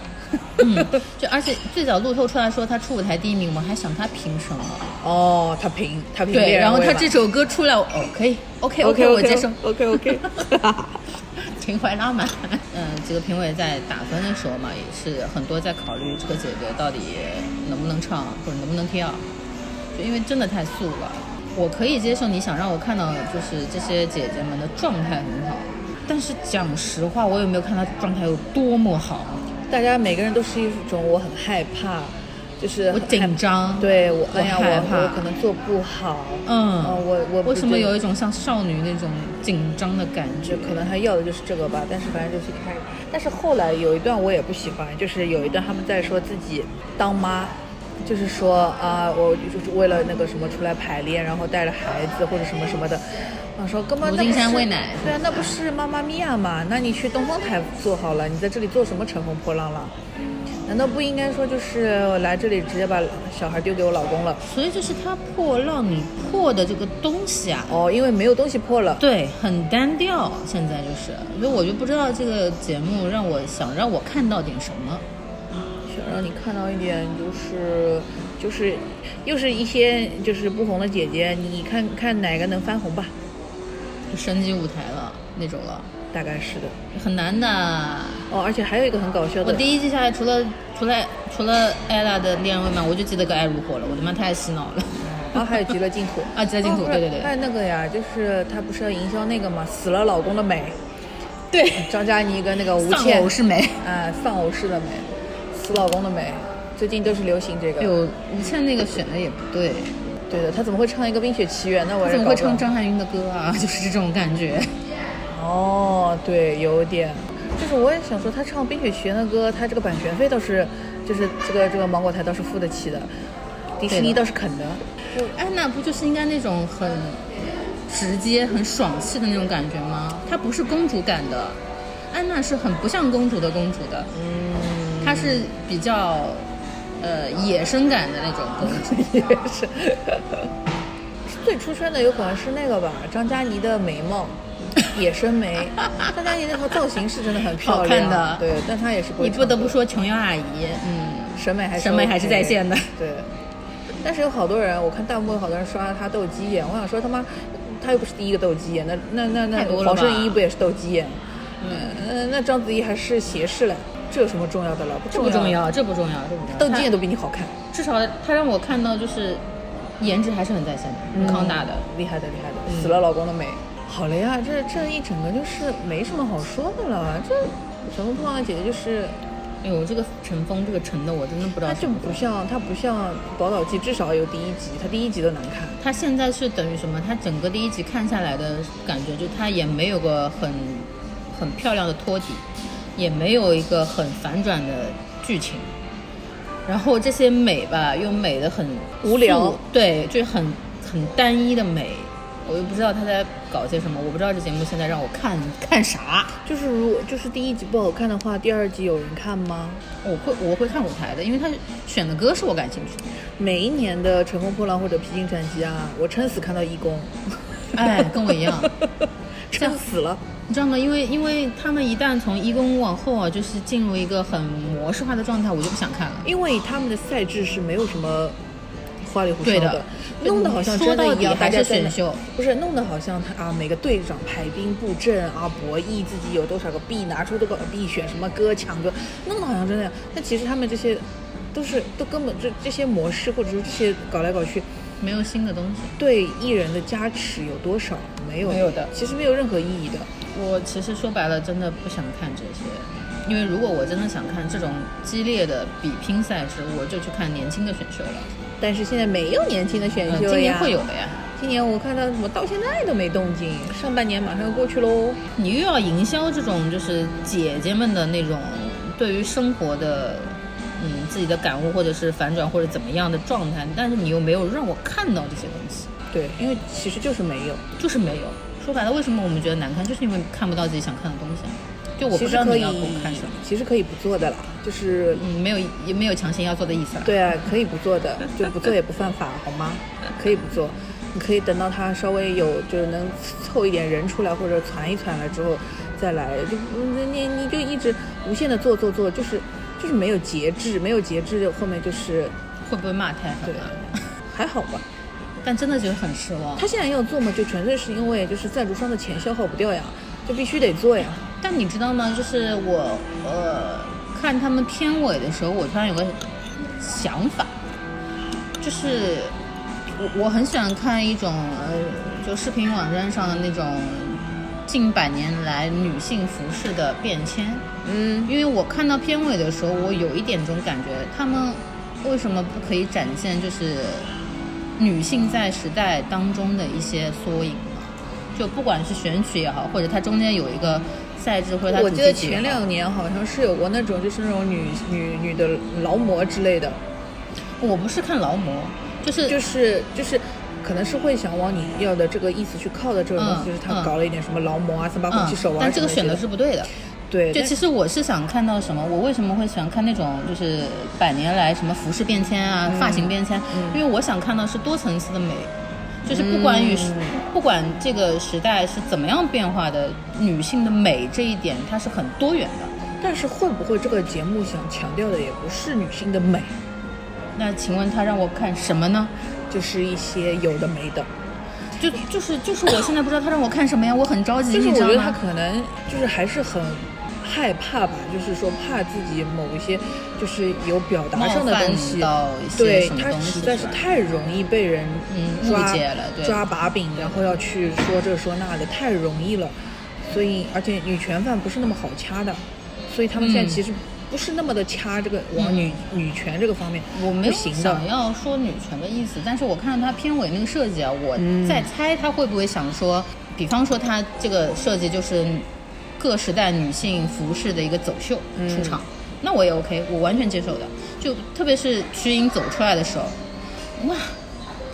E: 嗯，
D: 嗯，就而且最早路透出来说他出舞台第一名，我还想他凭什么？
E: 哦，他平他平恋
D: 对，
E: 人
D: 然后
E: 未
D: 他
E: 满
D: 这首歌出来，我哦，可以，OK
E: OK，
D: 我接受。
E: OK OK，
D: 情怀浪漫。 嗯，几个评委在打分的时候嘛，也是很多在考虑这个姐姐到底能不能唱或者能不能跳，就因为真的太素了。我可以接受你想让我看到就是这些姐姐们的状态很好，但是讲实话，我也没有看她状态有多么好。
E: 大家每个人都是一种我很害怕，就是
D: 我
E: 很
D: 紧
E: 害
D: 张
E: 对我哎呀
D: 我害
E: 我
D: 怕
E: 我可能做不好，
D: 嗯
E: 呃我我不
D: 为什么
E: 知
D: 有一种像少女那种紧张的感觉
E: 就？可能他要的就是这个吧，但是反正就是开。但是后来有一段我也不喜欢，就是有一段他们在说自己当妈，就是说啊，我就是为了那个什么出来排练，然后带着孩子或者什么什么的。我说根本
D: 吴
E: 那
D: 金
E: 不是
D: 山喂奶
E: 对啊，那不是妈妈咪呀嘛？那你去东方台做好了，你在这里做什么乘风破浪了？难道不应该说就是我来这里直接把小孩丢给我老公了？
D: 所以就是她破浪，你破的这个东西啊，
E: 哦，因为没有东西破了。
D: 对，很单调。现在就是，所以我就不知道这个节目让我想让我看到点什么。
E: 想让你看到一点，就是就是又是一些就是不红的姐姐，你看看哪个能翻红吧，
D: 就升级舞台了那种了，
E: 大概是的。
D: 很难的。
E: 哦，而且还有一个很搞笑
D: 我
E: 的，
D: 哦第一季下来，除了除了除了艾拉的恋人未满，我就记得个爱如火了，我他妈太洗脑了。
E: 然后还有极乐净土
D: 啊极乐净土
E: 哦不是
D: 对对对
E: 还有那个呀，就是她不是要营销那个嘛，死了老公的美，
D: 对，
E: 张嘉倪跟那个吴
D: 丧
E: 倩
D: 偶是美。
E: 啊，丧偶式的美，死老公的美，最近都是流行这个。
D: 哎呦，吴倩那个选的也不对，
E: 对的，她怎么会唱一个《冰雪奇缘》呢？我
D: 她
E: 也
D: 怎么会
E: 搞不懂
D: 唱张含韵的歌啊？ 就是这种感觉。
E: 哦，对，有点，就是我也想说，他唱《冰雪奇缘》的歌，他这个版权费倒是，就是这个这个芒果台倒是付得起的，迪士尼
D: 对的
E: 倒是肯的。
D: 安娜不就是应该那种很直接、很爽气的那种感觉吗？她不是公主感的，安娜是很不像公主的公主的，嗯，她是比较呃野生感的那种公主。
E: 也是。最出圈的有可能是那个吧，张嘉倪的眉毛，野生眉。张嘉倪那套造型是真的很漂
D: 好
E: 亮，
D: 看的
E: 对，但她也是不 会
D: 你不得不
E: 唱歌
D: 说，琼瑶阿姨，嗯，
E: 审美还是
D: 审美
E: OK
D: 还是在线的。
E: 对，但是有好多人，我看弹幕有好多人刷她斗鸡眼，我想说他妈，她又不是第一个斗鸡眼，那那那
D: 太
E: 那
D: 多了
E: 黄
D: 吧嗯
E: 圣依不也是斗鸡眼？那那那章子怡还是斜视嘞，这有什么重要的了？不
D: 这
E: 重
D: 不
E: 要，
D: 重要，这不重要，这不重要。
E: 斗鸡眼都比你好看，
D: 她至少她让我看到就是颜值还是很在线的，康嗯大的。
E: 嗯
D: 嗯
E: 厉害的厉害的，死了老公的美。好了呀，这这一整个就是没什么好说的了，这乘风破浪的姐姐就是
D: 哎呦，这个乘风这个乘的，我真的不知道
E: 她
D: 怎
E: 就
D: 么
E: 不像她不像宝岛记，至少有第一集，她第一集都难看。
D: 他现在是等于什么？他整个第一集看下来的感觉，就他也没有个很很漂亮的托底，也没有一个很反转的剧情。然后这些美吧，又美的很
E: 无聊
D: 素对，就是很很单一的美。我又不知道他在搞些什么，我不知道这节目现在让我看 看啥。
E: 就是如果就是第一集不好看的话，第二集有人看吗？
D: 我会我会看舞台的，因为他选的歌是我感兴趣的。
E: 每一年的《乘风破浪》或者《披荆斩棘》啊，我撑死看到义工，
D: 哎，跟我一样。
E: 撑死了。
D: 你知道吗？因为因为他们一旦从一公往后啊，就是进入一个很模式化的状态，我就不想看了。
E: 因为他们的赛制是没有什么花里胡哨
D: 对
E: 的
D: 的，
E: 弄得好像真的一
D: 说到
E: 样，
D: 底
E: 大
D: 还
E: 家
D: 是
E: 在那
D: 选秀，
E: 不是弄得好像他啊，每个队长排兵布阵啊，博弈自己有多少个币，拿出多少个币选什么歌抢歌，弄得好像真的一样。但其实他们这些都是都根本这这些模式或者是这些搞来搞去，
D: 没有新的东西。
E: 对艺人的加持有多少？没有，
D: 没有的
E: 其实没有任何意义的。
D: 我其实说白了，真的不想看这些，因为如果我真的想看这种激烈的比拼赛事，我就去看年轻的选秀了。
E: 但是现在没有年轻的选
D: 嗯，
E: 哎秀呀，
D: 今年会有的呀。
E: 今年我看到我到现在都没动静，上半年马上过去喽。
D: 你又要营销这种就是姐姐们的那种对于生活的，嗯，自己的感悟或者是反转或者怎么样的状态，但是你又没有让我看到这些东西，
E: 对，因为其实就是没有。
D: 就是没有。说白了，为什么我们觉得难看，就是因为看不到自己想看的东西啊。就我不
E: 其
D: 知
E: 实
D: 道
E: 可
D: 你
E: 以
D: 要给我看什么，，
E: 其实可以不做的啦，就是
D: 嗯，没有也没有强行要做的意思了。
E: 对啊，可以不做的，就不做也不犯法，好吗？可以不做，你可以等到他稍微有就是能凑一点人出来或者攒一攒了之后再来，就嗯你你就一直无限的做做做，就是就是没有节制，没有节制后面就是
D: 会不会骂太 狠
E: 对
D: 了？，
E: 还好吧。
D: 但真的觉得很失望。
E: 他现在要做嘛，就纯粹是因为就是赞助商的钱消耗不掉呀，就必须得做呀。
D: 但你知道吗？就是我呃看他们片尾的时候，我突然有个想法，就是我我很喜欢看一种呃，就视频网站上的那种近百年来女性服饰的变迁。
E: 嗯，
D: 因为我看到片尾的时候，我有一点这种感觉，他们为什么不可以展现就是女性在时代当中的一些缩影呢？就不管是选曲也好，或者它中间有一个赛制，或者它
E: 我
D: 主
E: 记
D: 题
E: 得
D: 曲也
E: 前
D: 好
E: 两年好像是有过那种就是那种女女女的劳模之类的，
D: 我不是看劳模，就是
E: 就是就是。可能是会想往你要的这个意思去靠的这种东西，
D: 嗯
E: 就是他
D: 嗯
E: 搞了一点什么劳模啊、三八
D: 嗯
E: 红旗手啊，
D: 但这个选的是不对的。
E: 对，
D: 就
E: 但
D: 其实我是想看到什么？我为什么会喜欢看那种就是百年来什么服饰变迁啊、
E: 嗯
D: 发型变迁？因为我想看到是多层次的美，就是不管与、
E: 嗯
D: 时不管这个时代是怎么样变化的，女性的美这一点它是很多元的。
E: 但是会不会这个节目想强调的也不是女性的美，
D: 那请问他让我看什么呢？
E: 就是一些有的没的，
D: 就就是就是我现在不知道他让我看什么呀，我很着急，
E: 就是
D: 你知
E: 我觉
D: 道
E: 得他
D: 吗？
E: 可能就是还是很害怕吧，就是说怕自己某一些就是有表达上的东西
D: 冒犯到一，些
E: 对
D: 什么
E: 他
D: 东西
E: 实在是
D: 是吧
E: 太容易被人
D: 嗯
E: 抓、
D: 误解了对
E: 抓把柄，然后要去说这说那的，太容易了。所以，而且女权犯不是那么好掐的，所以他们现
D: 嗯
E: 在其实不是那么的掐这个往女、女权这个方面，
D: 我没
E: 不
D: 有
E: 行的
D: 想。要说女权的意思，但是我看到他片尾那个设计啊，我
E: 嗯
D: 在猜他会不会想说，比方说他这个设计就是各时代女性服饰的一个走秀
E: 嗯
D: 出场，那我也 OK，我完全接受的。就特别是瞿颖走出来的时候，哇，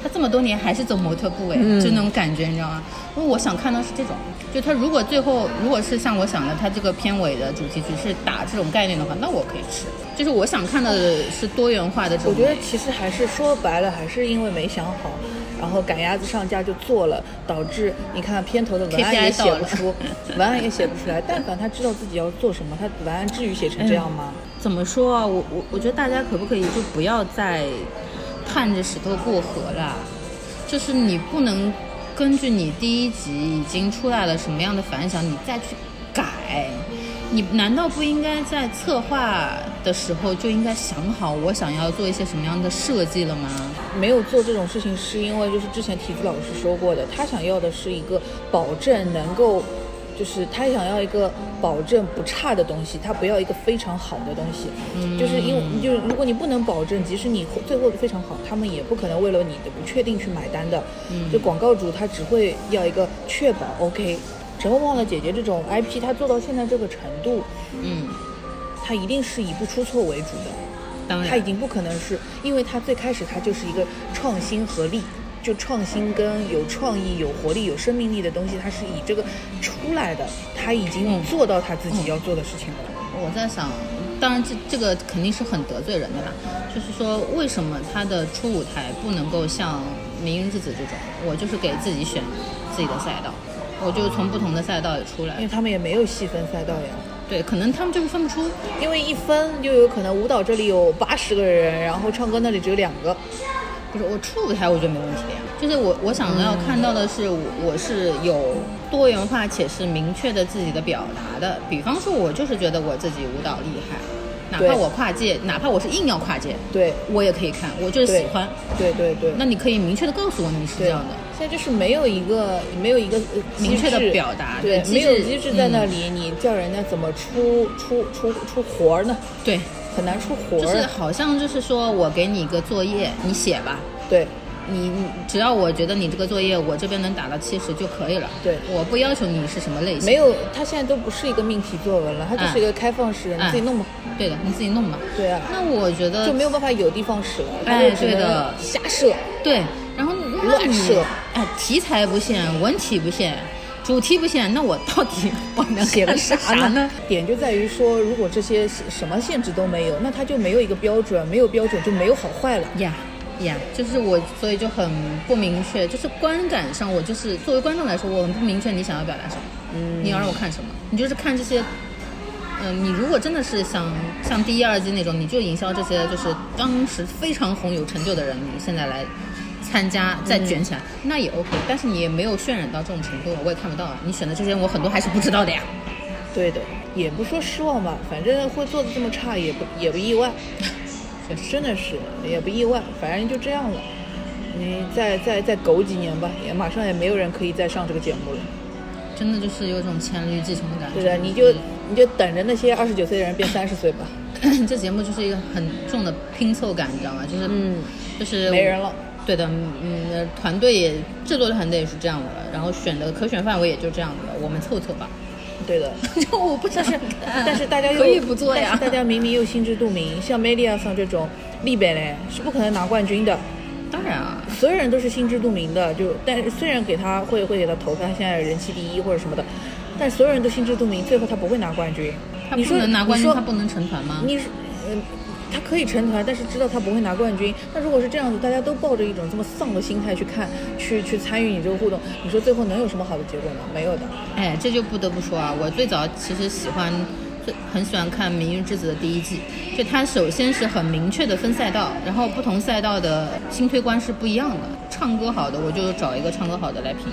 D: 她这么多年还是走模特步哎，
E: 嗯
D: 就那种感觉，你知道吗？因为我想看到是这种，就她如果最后如果是像我想的，她这个片尾的主题曲是打这种概念的话，那我可以吃。就是我想看到的是多元化的这种。
E: 我觉得其实还是说白了，还是因为没想好，然后赶鸭子上架就做了，导致你看片头的文案
D: KPI
E: 也写
D: 到
E: 不
D: 了
E: 出，文案也写不出来。但凡他知道自己要做什么，他文案至于写成这样吗？
D: 怎么说啊？我我我觉得大家可不可以就不要再盼着石头过河啦？就是你不能根据你第一集已经出来了什么样的反响，你再去改。你难道不应该在策划的时候就应该想好我想要做一些什么样的设计了吗？
E: 没有做这种事情，是因为就是之前体育老师说过的，他想要的是一个保证能够，就是他想要一个保证不差的东西，他不要一个非常好的东西。嗯，就是因为就是如果你不能保证，即使你最后非常好，他们也不可能为了你的不确定去买单的。嗯，就广告主他只会要一个确保 OK。陈梦忘了姐姐这种 IP，他做到现在这个程度，
D: 嗯，
E: 他一定是以不出错为主的。
D: 当
E: 他已
D: 然，
E: 经不可能是，因为他最开始他就是一个创新和力，就创新跟有创意、有活力、有生命力的东西，他是以这个出来的，他已经
D: 嗯
E: 做到他自己要做的事情了。
D: 我在想，当然这这个肯定是很得罪人的啦。就是说，为什么他的初舞台不能够像《明日之子》这种，我就是给自己选自己的赛道，我就从不同的赛道里出
E: 因
D: 来
E: 为。他们也没有细分赛道呀，
D: 对，可能他们就是分不出。
E: 因为一分就有可能舞蹈这里有八十个人，然后唱歌那里只有两个。
D: 不是我初舞台，我觉得没问题的呀。就是我我想要看到的是，我我是有多元化且是明确的自己的表达的。比方说，我就是觉得我自己舞蹈厉害，哪
E: 对
D: 怕我跨界，哪怕我是硬要跨界，
E: 对
D: 我也可以看，我就是
E: 对
D: 喜欢。
E: 对对对，
D: 那你可以明确的告诉我你是这
E: 对
D: 样的。
E: 现在就是没有一个没有一个呃机
D: 明确的
E: 制
D: 表达
E: 对，
D: 机
E: 没有
D: 制嗯
E: 机制在那里，你叫人家怎么出出出出活儿呢？
D: 对，
E: 很难出活
D: 就是
E: 儿。
D: 好像就是说我给你一个作业，你写吧。
E: 对
D: 你你只要我觉得你这个作业我这边能打到七十就可以了。
E: 对
D: 我不要求你是什么类型。
E: 没有，它现在都不是一个命题作文了，它就是一个开放式的，
D: 嗯
E: 你自己弄吧。
D: 对的，你自己弄吧。
E: 对啊，
D: 那我觉得
E: 就没有办法有的放矢了，它
D: 哎
E: 就只
D: 对的
E: 能瞎设。
D: 对，然后那
E: 乱
D: 你
E: 设
D: 哎，题材不限，文体不限，主题不限，那我到底 我能
E: 写个
D: 干
E: 啥
D: 啥呢？？
E: 点就在于说，如果这些什么限制都没有，那它就没有一个标准，没有标准就没有好坏了。
D: 呀呀，就是我，所以就很不明确，就是观感上，我就是作为观众来说，我很不明确你想要表达什么，嗯，你要让我看什么，你就是看这些，嗯、你如果真的是想像第一、二季那种，你就营销这些就是当时非常红、有成就的人，你现在来。参加再卷起来，
E: 嗯
D: 那也 OK，但是你也没有渲染到这种程度，我也看不到啊。你选的这些，我很多还是不知道的呀。
E: 对的，也不说失望吧，反正会做的这么差也不也不意 外，真的是也不意外，反正就这样了。你再再再苟几年吧，也马上也没有人可以再上这个节目了。
D: 真的就是有一种黔驴技穷的感觉。
E: 对的，你就你就等着那些二十九岁的人变三十岁吧。
D: 这节目就是一个很重的拼凑感，你知道吗？就是，
E: 嗯，
D: 就是
E: 没人了。
D: 对的，嗯嗯，团队也制作团队也是这样的了，然后选的可选范围也就这样的了，我们凑凑 吧。
E: 对的，
D: 就我不想
E: 但是
D: 看
E: 但是大家又
D: 可以不做
E: 但
D: 呀
E: 是。大家明明又心知肚明，像 Melia 桑这种立本嘞是不可能拿冠军的。
D: 当然啊，
E: 所有人都是心知肚明的，就但是虽然给他会会给他投他现在人气第一或者什么的，但所有人都心知肚明，最后他不会拿冠军。
D: 他
E: 你
D: 不
E: 说
D: 能拿冠军，
E: 你
D: 他
E: 说
D: 不能成团吗？
E: 你是嗯、他可以成团，但是知道他不会拿冠军。那如果是这样子，大家都抱着一种这么丧的心态去看，去去参与你这个互动，你说最后能有什么好的结果呢？没有的。
D: 哎，这就不得不说啊，我最早其实喜欢。最很喜欢看《明日之子》的第一季，就它首先是很明确的分赛道，然后不同赛道的新推官是不一样的。唱歌好的，我就找一个唱歌好的来评；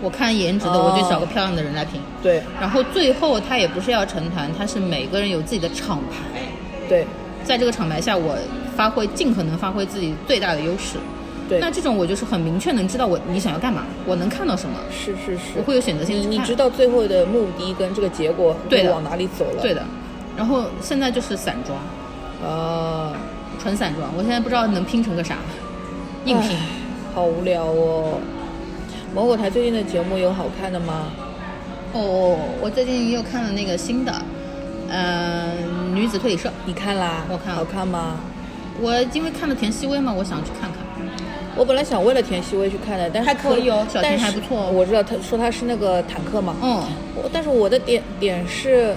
D: 我看颜值的，
E: 哦
D: 我就找个漂亮的人来评。
E: 对
D: 然后最后他也不是要成团，他是每个人有自己的厂牌，
E: 对
D: 在这个厂牌下，我发挥尽可能发挥自己最大的优势。
E: 对，
D: 那这种我就是很明确能知道我你想要干嘛，我能看到什么，
E: 是是是
D: 我，会有选择性
E: 你
D: 去
E: 你
D: 看
E: 知道最后的目的跟这个结果
D: 对
E: 会
D: 的
E: 往哪里走了？
D: 对的。然后现在就是散装，
E: 啊，
D: 纯散装，我现在不知道能拼成个啥，硬拼
E: 唉。好无聊哦。芒果台最近的节目有好看的吗？
D: 哦，我最近又看了那个新的，呃，女子推理社，
E: 你看啦？
D: 我看了
E: 好看吗？
D: 我因为看了田曦薇嘛，我想去看看。
E: 我本来想为了田曦薇去看的，但是
D: 还可以哦小
E: 但
D: 田
E: 是
D: 还不错哦
E: 我知道他说他是那个坦克嘛，
D: 嗯，
E: 我但是我的点点是，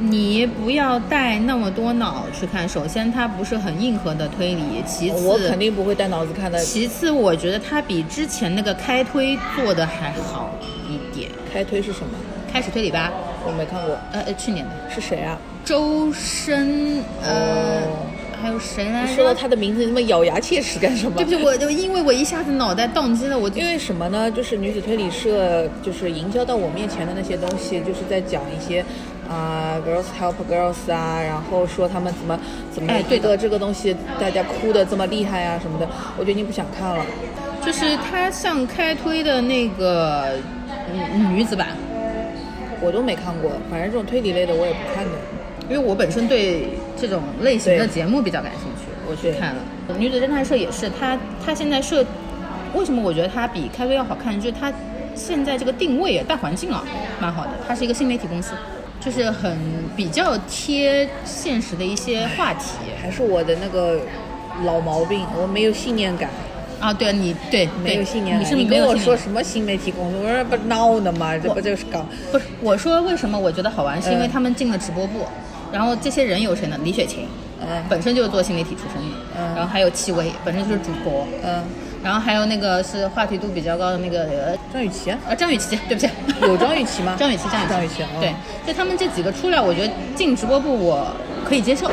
D: 你不要带那么多脑去看。首先，它不是很硬核的推理，其次，
E: 我肯定不会带脑子看的。
D: 其次，我觉得它比之前那个开推做的还好一点。
E: 开推是什么？
D: 开始推理吧，
E: 我没看过，
D: 呃，呃去年的
E: 是谁啊？
D: 周深，呃，
E: 哦
D: 还有谁来
E: 你说到
D: 着？
E: 他的名字，你那么咬牙切齿干什么？
D: 对不起，我就因为我一下子脑袋宕机了，我就
E: 因为什么呢？就是女子推理社，就是营销到我面前的那些东西，就是在讲一些啊、g i r l s help girls 啊，然后说他们怎么怎么
D: 哎
E: 这
D: 对的
E: 个这个东西大家哭的这么厉害啊什么的，我就已经不想看了。
D: 就是它像开推的那个女女子版，
E: 我都没看过，反正这种推理类的我也不看的。
D: 因为我本身对这种类型的
E: 对
D: 节目比较感兴趣，我去
E: 对
D: 看了《女子侦探社》也是，它它现在设，为什么我觉得它比开推要好看？就是它现在这个定位啊，大环境啊，蛮好的。它是一个新媒体公司，就是很比较贴现实的一些话题
E: 还是我的那个老毛病，我没有信念感，
D: 啊。对你对
E: 没有
D: 对
E: 信念
D: 你
E: 感。
D: 是
E: 你
D: 没
E: 跟
D: 有
E: 我
D: 信
E: 说
D: 念
E: 什么新媒体公司，我说不闹呢吗？这不就是搞
D: 不是，我说为什么我觉得好玩，是因为
E: 嗯
D: 他们进了直播部，然后这些人有谁呢？李雪琴，
E: 嗯
D: 本身就是做新媒体出身的，
E: 嗯
D: 然后还有戚薇，本身就是主播，
E: 嗯，
D: 然后还有那个是话题度比较高的那个呃
E: 张雨绮啊
D: 呃张雨绮，对不起，
E: 有张雨绮吗
D: 张雨绮，张雨绮，
E: 张雨绮哦
D: 对，就他们这几个出来，我觉得进直播部我可以接受，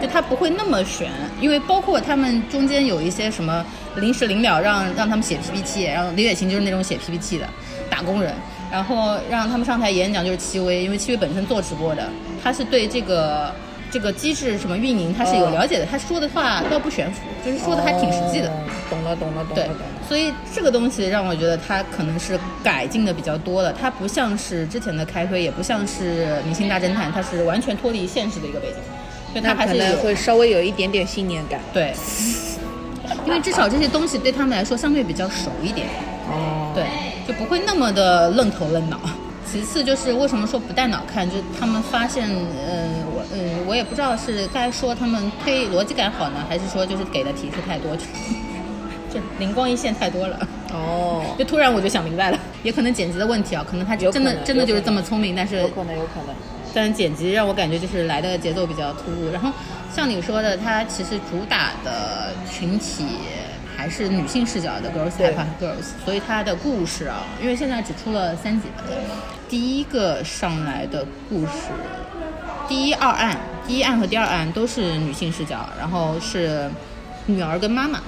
D: 就他不会那么悬，因为包括他们中间有一些什么临时临了让让他们写 PPT，然后李雪琴就是那种写 PPT 的打工人，然后让他们上台演讲就是戚薇，因为戚薇本身做直播的，她是对这个。这个机制什么运营，他是有了解的。他说的话倒不悬浮，就是说的还挺实际的。
E: 哦懂了，懂了，懂了，
D: 对
E: 懂了。，
D: 所以这个东西让我觉得它可能是改进的比较多了，它不像是之前的开会，也不像是《明星大侦探》，它是完全脱离现实的一个背景，就它
E: 那
D: 还
E: 可
D: 是有
E: 能会稍微有一点点信念感。
D: 对，因为至少这些东西对他们来说相对比较熟一点，
E: 哦，
D: 对，就不会那么的愣头愣脑。其次就是为什么说不带脑看，就是他们发现，呃，我，嗯，我也不知道是该说他们推逻辑感好呢，还是说就是给的提示太多，就就灵光一现太多了。
E: 哦，
D: 就突然我就想明白了， 也可能剪辑的问题啊，可能他
E: 有可
D: 真的
E: 能
D: 真的就是
E: 有可能
D: 这么聪明，但是
E: 有可能，有可能。
D: 但是剪辑让我感觉就是来的节奏比较突兀。然后像你说的，它其实主打的群体还是女性视角的 girls
E: 对
D: type of girls，所以它的故事啊，因为现在只出了三集吧，第一个上来的故事，第一二案，第一案和第二案都是女性视角，然后是女儿跟妈妈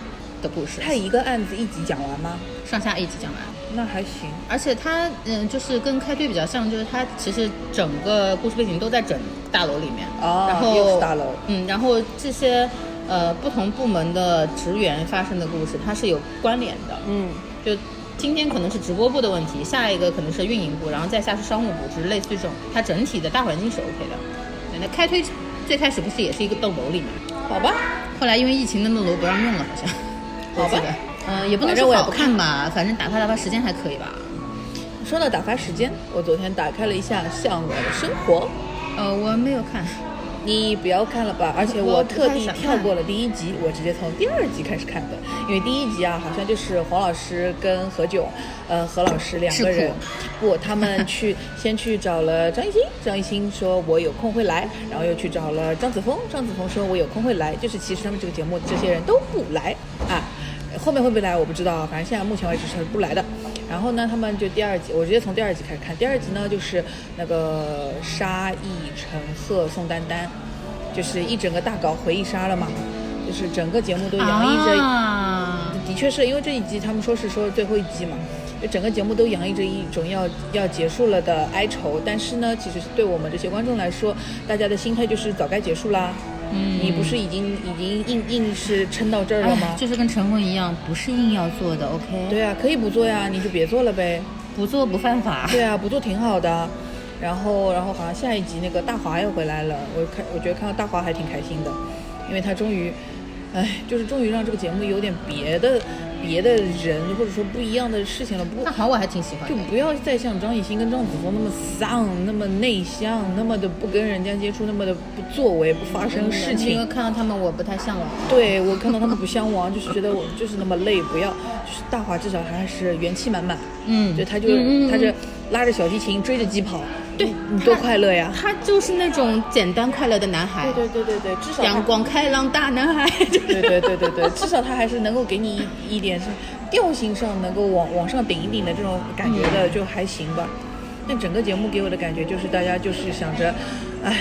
D: 的故事，
E: 他一个案子一集讲完吗？
D: 上下一集讲完。
E: 那还行。
D: 而且它，嗯，就是跟开队比较像，就是它其实整个故事背景都在整大楼里面，
E: 哦
D: 然后
E: 又是大楼
D: 嗯，然后这些呃不同部门的职员发生的故事，它是有关联的，
E: 嗯，
D: 就今天可能是直播部的问题，下一个可能是运营部，然后再下是商务部，就是类似于这种，它整体的大环境是 OK 的。对那开推最开始不是也是一个栋楼里面，
E: 好吧，
D: 后来因为疫情，那栋楼不让用了，好像。
E: 好吧
D: 我记得。呃，也不能
E: 反正我
D: 说
E: 也
D: 好
E: 不
D: 看吧，反正打发打发时间还可以吧。
E: 说到打发时间，我昨天打开了一下《向往的生活
D: 呃，我没有看。》，
E: 你不要看了吧？而且
D: 我
E: 我
D: 不太
E: 特地
D: 想看
E: 跳过了第一集，我直接从第二集开始看的，因为第一集啊，好像就是黄老师跟何炅，呃，何老师两
D: 吃
E: 个人
D: 苦，
E: 不，他们去先去找了张艺兴，张艺兴说我有空会来，然后又去找了张子枫，张子枫说我有空会来，就是其实他们这个节目这些人都不来啊，后面会不会来我不知道，反正现在目前为止是不来的。然后呢，他们就第二集，我直接从第二集开始看。第二集呢，就是那个沙溢、陈赫、宋丹丹，就是一整个大搞回忆杀了嘛，就是整个节目都洋溢着
D: 啊
E: 的确是因为这一季他们说是说最后一季嘛，就整个节目都洋溢着一种要要结束了的哀愁。但是呢，其实对我们这些观众来说，大家的心态就是早该结束啦。嗯，你不是已经已经硬硬是撑到这儿了吗
D: 哎？就是跟晨昏一样，不是硬要做的，OK？，
E: 对啊，可以不做呀，你就别做了呗。
D: 不做不犯法。
E: 对啊，不做挺好的。然后，然后好像下一集那个大华又回来了，我看我觉得看到大华还挺开心的，因为他终于，哎，就是终于让这个节目有点别的别的人或者说不一样的事情了，不
D: 那好，我还挺喜欢
E: 就
D: 的。
E: 不要再像张艺兴跟张子枫那么丧、那么内向、那么的不跟人家接触、那么的不作为、不发生
D: 因
E: 事
D: 为
E: 情。
D: 看到他们，我不太向往。
E: 对我看到他们不相往，就是觉得我就是那么累，不要。就是大华至少还是元气满满，
D: 嗯
E: 就他就
D: 嗯嗯嗯
E: 他这拉着小提琴追着鸡跑，
D: 对
E: 你多快乐呀！
D: 他就是那种简单快乐的男孩，
E: 对对对对，至少
D: 阳。光开朗大男孩。
E: 对对对对对，至少他还是能够给你一一点是调性上能够往往上顶一顶的这种感觉的，就还行吧。但整个节目给我的感觉就是大家就是想着，哎，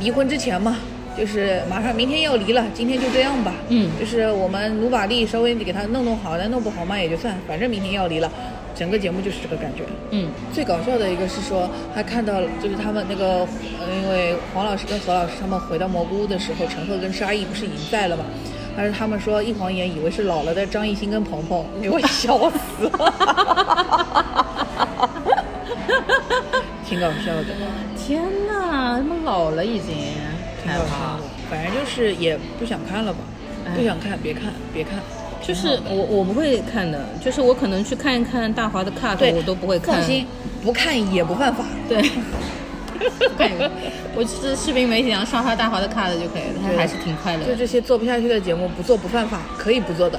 E: 离婚之前嘛，就是马上明天要离了，今天就这样吧。
D: 嗯
E: 就是我们努把力，稍微给他弄弄好，但弄不好嘛也就算，反正明天要离了。整个节目就是这个感觉。
D: 嗯，
E: 最搞笑的一个是说，他看到了，就是他们那个，呃因为黄老师跟何老师他们回到蘑菇屋的时候，陈赫跟沙溢不是已经在了嘛？但是他们说一晃眼以为是老了的张艺兴跟鹏鹏，给我笑死了，挺搞笑的，
D: 天哪，他们老了已经。
E: 挺搞笑的，
D: 嗯
E: 反正就是也不想看了吧，不想看，别看，别看，
D: 就是我我不会看的，就是我可能去看一看大华的 cut，
E: 对，
D: 哎我都不会看。
E: 放心，不看也不犯法。
D: 对， 不看我就是视频媒体上刷刷大华的 cut 就可以了，他还是挺快乐
E: 就
D: 的。
E: 这些做不下去的节目，不做不犯法，可以不做的。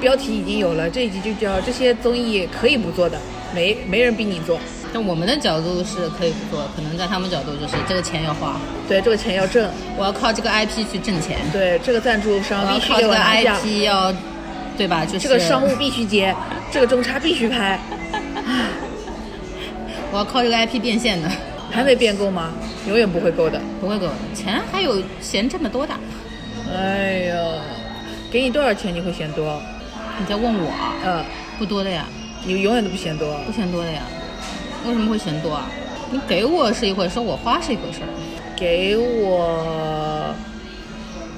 E: 标题已经有了，这一集就叫这些综艺可以不做的，没没人逼你做。
D: 但我们的角度是可以不做，可能在他们角度就是这个钱要花，
E: 对，这个钱要挣，
D: 我要靠这个 IP 去挣钱，
E: 对，这个赞助
D: 我
E: 商
D: 要
E: 必须
D: 啊靠
E: 给
D: 这
E: 我
D: 个
E: 拿下，
D: IP 要，对吧？就是
E: 这个商务，必须接，这个中差必须拍。
D: 我要靠这个 IP 变现的，
E: 还没变够吗？永远不会够的。
D: 不会给我的钱，还有嫌挣得多的？
E: 哎呦，给你多少钱你会嫌多？
D: 你在问我啊？
E: 呃，
D: 不多的呀，
E: 你永远都不嫌多。
D: 不嫌多的呀，为什么会嫌多啊？你给我是一回事，我花是一回事儿，
E: 给我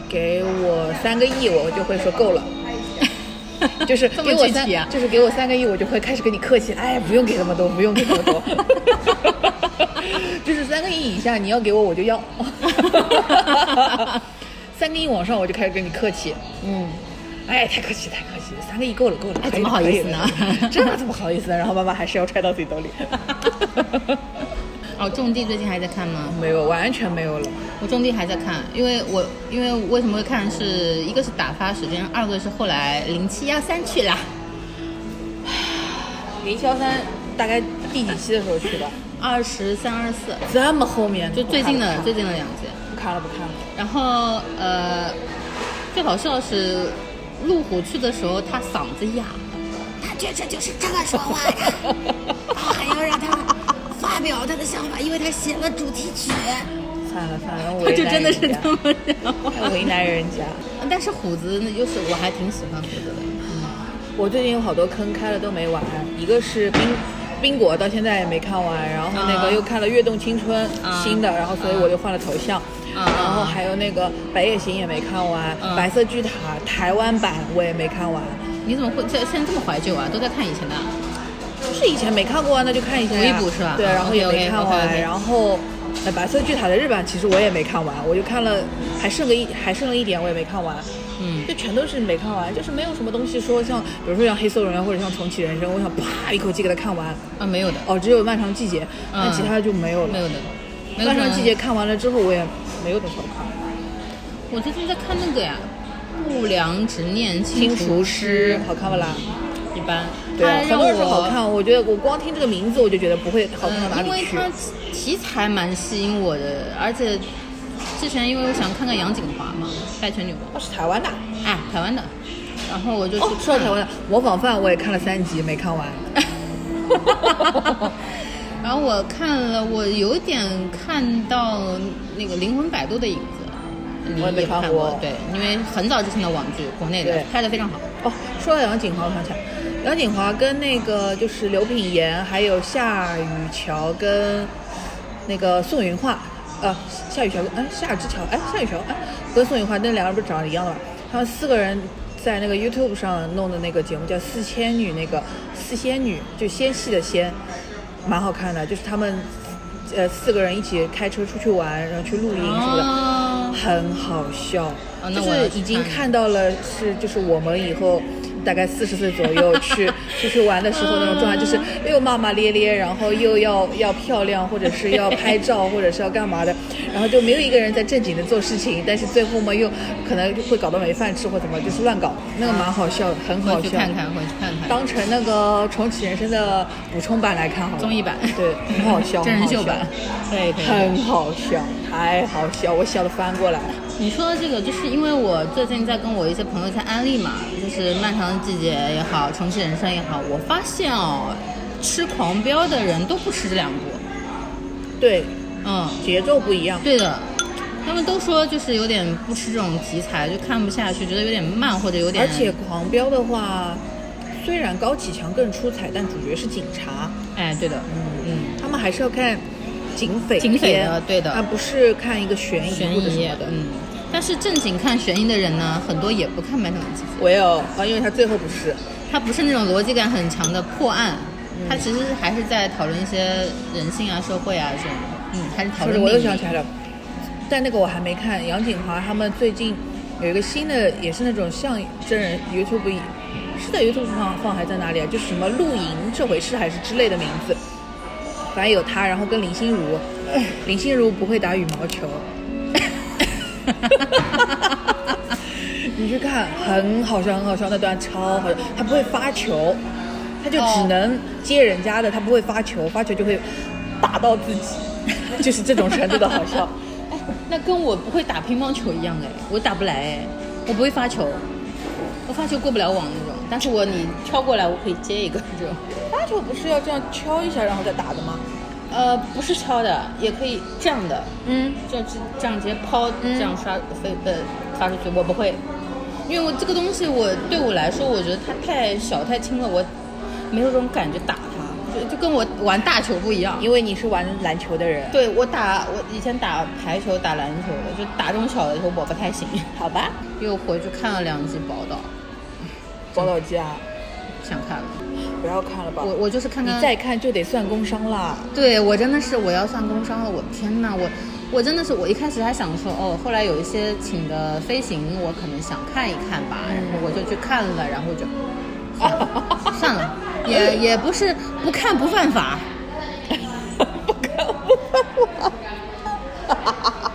E: 给我三个亿，我就会说够了。 就是
D: 这
E: 给
D: 么
E: 我
D: 具
E: 三
D: 体啊，
E: 就是给我三个亿，我就会开始跟你客气了。哎，不用给那么多，不用给那 么多。就是三个亿以下，你要给我我就 要。三个亿往上，我就开始跟你客气。
D: 嗯，
E: 哎，太客气，太客气，三个亿够了，够了。
D: 哎
E: 可以
D: 怎么
E: 了
D: 好
E: 可以
D: 意思
E: 了
D: 呢
E: 这怎么好意思呢？然后妈妈还是要揣到自己兜里。
D: 哦，种地最近还在看吗？
E: 没有，完全没有了。
D: 我种地还在看，因为我因为为什么会看是一个是打发时间，二个是后来零七幺三去了，
E: 零七幺三大概第几期的时候去的？
D: 二十三二十四，
E: 这么后面？
D: 就最近
E: 不看
D: 的
E: 了
D: 最近的两集。
E: 不看了，不看了。
D: 然后呃，最搞笑是路虎去的时候他嗓子哑了，
B: 他绝对就是这么说
D: 啊
B: 话的，然后还要让他发表他的想法，因为他写了主题曲。
E: 算了算了，我
D: 他就真的是这么讲话。
E: 太为难人家。
D: 但是虎子那就是我还挺喜欢虎子的，
E: 我最近有好多坑开了都没玩，一个是冰冰果到现在也没看完，然后那
D: 啊
E: 个又看了《跃动青春》
D: 啊
E: 新的，然后所以我又换了头像，
D: 啊
E: 然后还有那个《白夜行》也没看完，
D: 啊
E: 白色巨塔》台湾版我也没看完，
D: 你怎么会这现在这么怀旧啊？都在看以前的啊，
E: 就是以前没看过啊，那就看一下呀
D: 补一补是吧
E: 对，
D: 啊
E: 然后也没
D: OK，OK，OK，
E: 看完，
D: OK，OK
E: 然后。呃白色巨塔的日版其实我也没看完，我就看了，还剩个一还剩了一点，我也没看完。
D: 嗯，
E: 就全都是没看完，就是没有什么东西说像，比如说像《黑色荣耀》或者像《重启人生》，我想啪一口气给它看完。
D: 啊没有的，
E: 哦，只有《漫长季节》，但
D: 嗯
E: 其他的就没有
D: 没
E: 了。
D: 有的，没有
E: 漫
D: 什
E: 长
D: 么
E: 季节看完了之后，我也没有多少看。
D: 我最近在看那个呀，《不良执念清
E: 新厨
D: 除
E: 师
D: 师》
E: 好看不啦？
D: 一般，哎
E: 对啊，
D: 它
E: 很
D: 让
E: 多
D: 我
E: 人说好看，我觉得我光听这个名字我就觉得不会好看到哪
D: 嗯，因
E: 里
D: 为
E: 去。
D: 它题材蛮吸引我的，而且之前因为我想看看杨锦华嘛，《拜权女王
E: 哦，是台湾的。》，
D: 哎，台湾的，然后我就嗯去
E: 哦，说到
D: 看
E: 台湾的《模仿犯》，我也看了三集没看完。
D: 然后我看了，我有点看到那个《灵魂摆渡》的影子，你
E: 我也没
D: 也
E: 看
D: 看
E: 过
D: 对，因为很早之前的网剧，国内的
E: 对
D: 拍的非常好。
E: 哦，说到杨锦华，我想起来，杨锦华跟那个就是刘品言，还有夏雨乔跟那个宋云画，呃，夏雨乔跟哎夏之乔哎夏雨乔哎跟宋云画那两个人不是长得一样的吗？他们四个人在那个 YouTube 上弄的那个节目叫《四仙女》，那个四仙女就纤细的纤，蛮好看的，就是他们呃四个人一起开车出去玩，然后去露营什么的。
D: 哦，
E: 很好笑，
D: 啊
E: 就
D: 那我要
E: 是
D: 去
E: 已经
D: 看
E: 看到了，是就是我们以后大概四十岁左 右去出去玩的时候那种状态，就是又骂骂咧咧，然后又要要漂亮，或者是要拍照，或者是要干嘛的， 然后就没有一个人在正经的做事情，但是最后嘛又可能会搞到没饭吃或怎么，就是乱搞，那个蛮好笑的，很好
D: 回
E: 笑。
D: 去看看，回去看看。
E: 当成那个《重启人生》的补充版来看好了，
D: 综艺版
E: 对，很好 笑，
D: 真人
E: 很好
D: 秀
E: 笑
D: 版，可以可以。
E: 很好笑，太好笑，我笑的翻过来。
D: 你说的这个，就是因为我最近在跟我一些朋友在安利嘛，就是《漫长的季节》也好，《重启人生》也好，我发现哦，吃狂飙的人都不吃这两部，
E: 对，
D: 嗯，
E: 节奏不一样。
D: 对的，他们都说就是有点不吃这种题材，就看不下去，觉得有点慢或者有点，
E: 而且狂飙的话，虽然高启强更出彩，但主角是警察，
D: 哎，对的，嗯，
E: 他们还是要看警匪
D: 警匪的
E: 片
D: 对的
E: 而不是看一个悬疑
D: 悬
E: 或者什
D: 疑
E: 么，的。
D: 嗯，但是正经看悬疑的人呢，很多也不看《漫长的季节
E: 我有啊，因为他最后不是，》，
D: 他不是那种逻辑感很强的破案，
E: 嗯
D: 他其实还是在讨论一些人性啊、社会啊这种，嗯，还是讨
E: 不是
D: 论
E: 我
D: 命
E: 又
D: 运。
E: 想起来了，但那个我还没看。杨锦华他们最近有一个新的，也是那种像真人 YouTube，是在 YouTube 上放还在哪里啊？就是什么露营这回事还是之类的名字，反正有他，然后跟林心 如，林心如不会打羽毛 球。你去看，很好笑，很好笑，那段超好笑。他不会发球，他就只能接人家的，他不会发球，发球就会打到自己， 就是这种程度的好笑。
D: 哎，那跟我不会打乒乓球一样哎，我打不来哎，我不会发球，我发球过不了网那种。但是我你飘过来，我可以接一个这种。
E: 发球不是要这样敲一下然后再打的吗？
D: 呃，不是敲的，也可以这样的，
E: 嗯，
D: 就这这样直接抛，这样刷飞呃发出去，我不会，因为我这个东西我对我来说，我觉得它太小太轻了，我没有这种感觉打它。就就跟我玩大球不一样。
E: 因为你是玩篮球的人，
D: 对我打我以前打排球、打篮球的，就打这种小的球我不太行。
E: 好吧？
D: 又回去看了两集《宝岛
E: 宝岛鸡啊，》，
D: 不想看了。
E: 不要看了吧。
D: 我我就是看
E: 你
D: 看
E: 再看就得算工伤啦。
D: 对我真的是我要算工伤了，我天呐，我我真的是我一开始还想说哦，后来有一些请的飞行，我可能想看一看吧，
E: 嗯
D: 然后我就去看了，然 后就算了算了，也也不是不看不犯法，不看不犯法，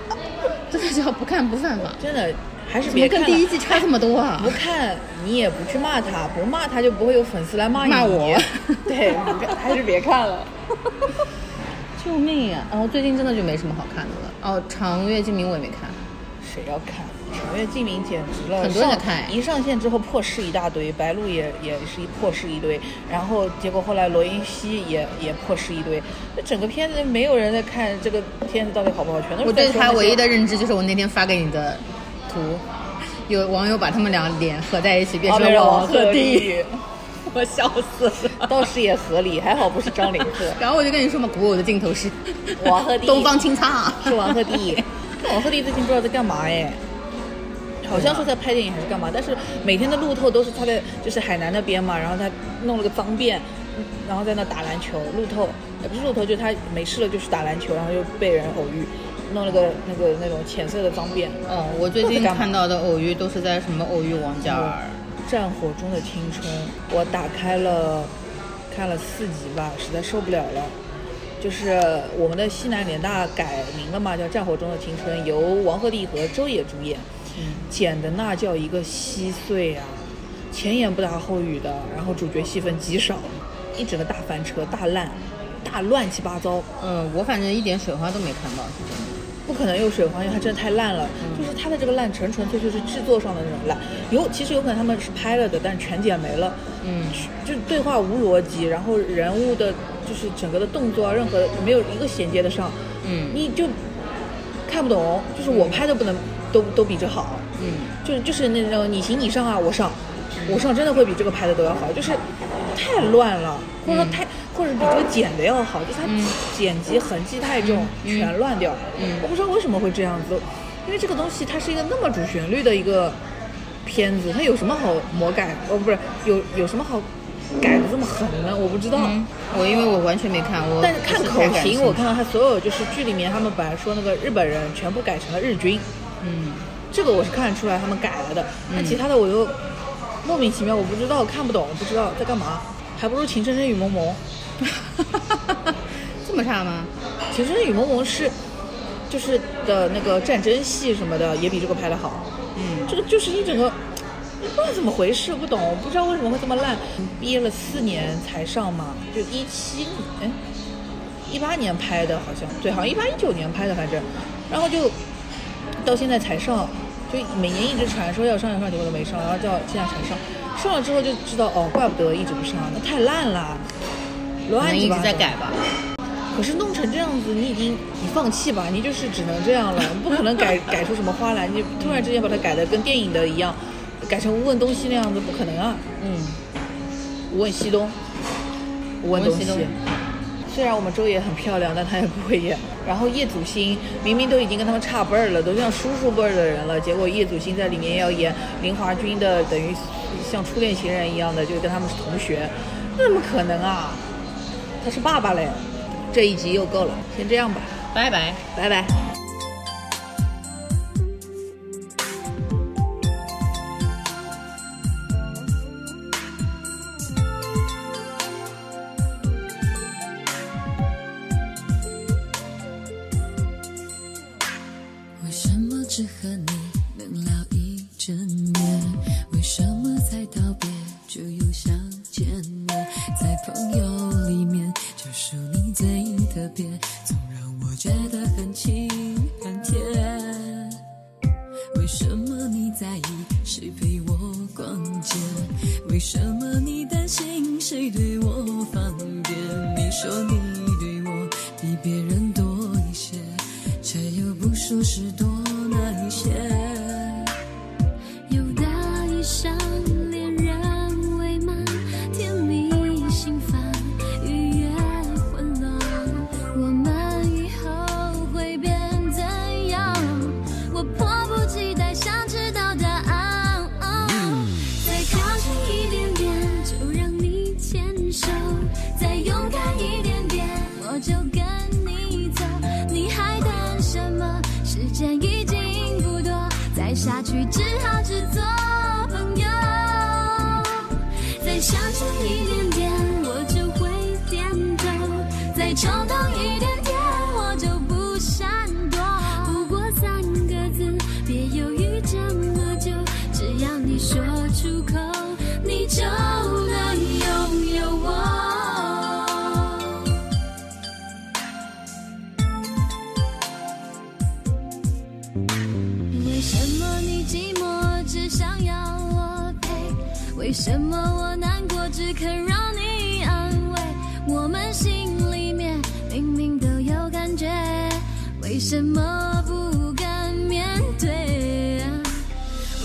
D: 真的叫不看不犯法，
E: 真的，还是
D: 怎么
E: 别
D: 跟
E: 看
D: 第一
E: 了。
D: 季差这么多啊
E: 不？看你也不去骂他，不骂他就不会有粉丝来骂你。
D: 骂我
E: 对，不看还是别看了。
D: 救命啊！然后最近真的就没什么好看的了。哦，《长月烬明》我也没看。
E: 谁要看？长月烬明简直了，
D: 很多人
E: 上
D: 看
E: 一上线之后破事一大堆，白鹿也也是一破事一堆，然后结果后来罗云熙也也破事一堆，这整个片子没有人在看这个片子到底好不好，全都是
D: 我
E: 在
D: 对
E: 说
D: 他
E: 那些
D: 唯一的认知就是我那天发给你的图，有网友把他们俩脸合在一起，变
E: 啊
D: 成
E: 没让
D: 王
E: 我鹤
D: 鹤棣，
E: 棣，
D: 我笑死了。
E: 倒是也合理，还好不是张凌赫，
D: 然后我就跟你说嘛，古偶的镜头是
E: 王鹤棣
D: 东方青苍，啊
E: 是王鹤棣。但王鹤棣最近不知道在干嘛哎，好像说在拍电影还是干嘛，但是每天的路透都是他在就是海南那边嘛，然后他弄了个脏辫，然后在那打篮球，路透也不是路透，就他没事了就去打篮球，然后又被人偶遇，弄了个那个那种浅色的脏辫，
D: 哦，我最近看到的偶遇都是在什么偶遇王嘉尔，
E: 战火中的青春，我打开了，看了四集吧，实在受不了了。就是我们的西南联大改名了嘛，叫《战火中的青春》，由王鹤棣和周也主演，剪的那叫一个稀碎啊，前言不搭后语的，然后主角戏份极少，一整个大翻车、大烂、大乱七八糟，
D: 嗯，我反正一点水花都没看到，是真的。
E: 不可能有水黄，因为它真的太烂了。就是它的这个烂，纯纯粹就是制作上的那种烂。有其实有可能他们是拍了的，但全剪没了。
D: 嗯，
E: 就是对话无逻辑，然后人物的，就是整个的动作啊，任何没有一个衔接得上。
D: 嗯
E: 你就看不懂，就是我拍的不能、都都比这好。
D: 嗯，
E: 就是就是那种你行你上啊，我上，我上真的会比这个拍的都要好，就是太乱了，或
D: 嗯
E: 者说太，或者比这个剪的要好，就是它剪辑痕迹太重，全乱掉。
D: 嗯
E: 我不知道为什么会这样子，因为这个东西它是一个那么主旋律的一个片子，它有什么好魔改？哦，不是，有有什么好改的这么狠呢？我不知道。
D: 嗯我因为我完全没看，我
E: 但是看
D: 不
E: 口
D: 太感兴
E: 型，
D: 趣
E: 我看到他所有就是剧里面，他们本来说那个日本人全部改成了日军，
D: 嗯
E: 这个我是看得出来他们改了的，那
D: 嗯
E: 其他的我就莫名其妙，我不知道，看不懂，不知道在干嘛，还不如《情深深雨蒙蒙》。
D: 这么差吗？
E: 《情深深雨蒙蒙》是就是的那个战争戏什么的也比这个拍的好，
D: 嗯
E: 这个就是一整个。不知道怎么回事，不懂，不知道为什么会这么烂。毕业了四年才上嘛，就一七哎，一八年拍的，好像对，好像一八一九年拍的，反正，然后就到现在才上，就每年一直传说要上要上，结果都没上，然后到现在才上，上了之后就知道哦，怪不得一直不上，那太烂了，
D: 可
E: 乱
D: 能
E: 七
D: 一
E: 八
D: 直
E: 糟
D: 在改吧。
E: 可是弄成这样子，你已经你放弃吧，你就是只能这样了， 不可能改改出什么花来。你突然之间把它改的跟电影的一样，改成问东西那样子，不可能啊！
D: 嗯，
E: 我问西东，我问
D: 我问
E: 东
D: 西
E: 西
D: 东。
E: 虽然我们周也很漂亮，但她也不会演。然后叶祖新明明都已经跟他们差辈儿了，都像叔叔辈儿的人了，结果叶祖新在里面要演林华君的，等于像初恋情人一样的，就跟他们是同学，那怎么可能啊？他是爸爸嘞。这一集又够了，先这样吧。
D: 拜拜。
E: 拜拜。
A: 为什么只和你能聊一整夜？为什么才道别就又想见面？在朋友里面，就属你最特别，总让我觉得很亲很贴。为什么你在意谁陪我逛街？为什么你担心谁对我放电？你说你对我比别人多一些，却又不说是多哪一些。有大衣裳，恋人未满，甜蜜心烦，愉悦见已经不多，再下去只好只做朋友。再向前一点点，我就会点头；再冲动一点点，我就不闪躲。不过三个字，别犹豫这么久，只要你说出口，你就能拥有我。为什么你寂寞只想要我陪？为什么我难过只肯让你安慰？我们心里面明明都有感觉，为什么不敢面对？啊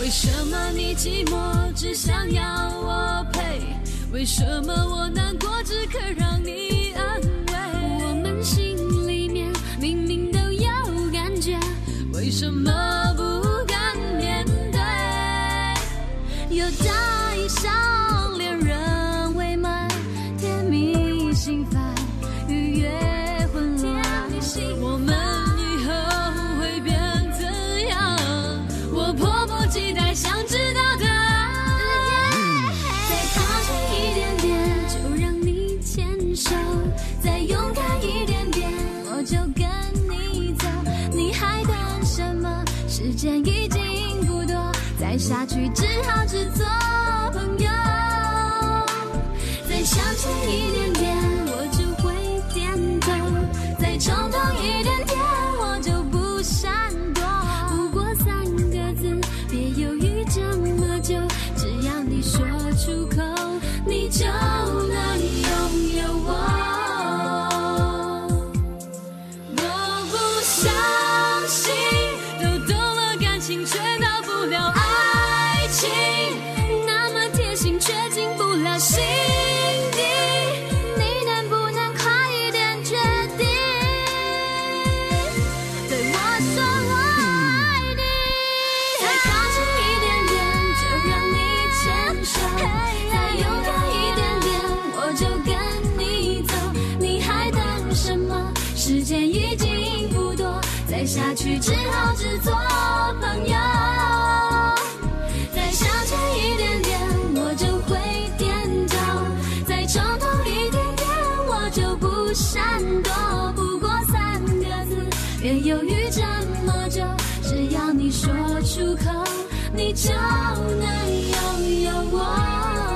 A: 为什么你寂寞只想要我陪？为什么我难过只可让你安慰？我们心里面明明都有感觉，为什么不敢面对？有大义上恋人未满，甜蜜心烦，愉悦混乱。我们以后会变怎样？我迫不及待想知道答案。再靠近一点点，就让你牵手；再勇敢一点点，我就跟你走。你还等什么？时间已经不多，再下去只好只做朋友。再向前一点点，我就会点头；再冲动一点点，我就不闪躲。不过三个字，别犹豫这么久，只要你说出口，你就能拥有我。我不相信，都懂了感情却到不了爱情，那么贴心却进不了心底，你能不能快一点决定？对我说我爱你，再靠近一点点，就让你牵手；再勇敢一点点，我就跟你走。你还等什么？时间已经不多，再下去只好只做朋友。再向前一点点，我就会点头；再冲动一点点，我就不闪躲。不过三个字，别犹豫这么久，只要你说出口，你就能拥有我。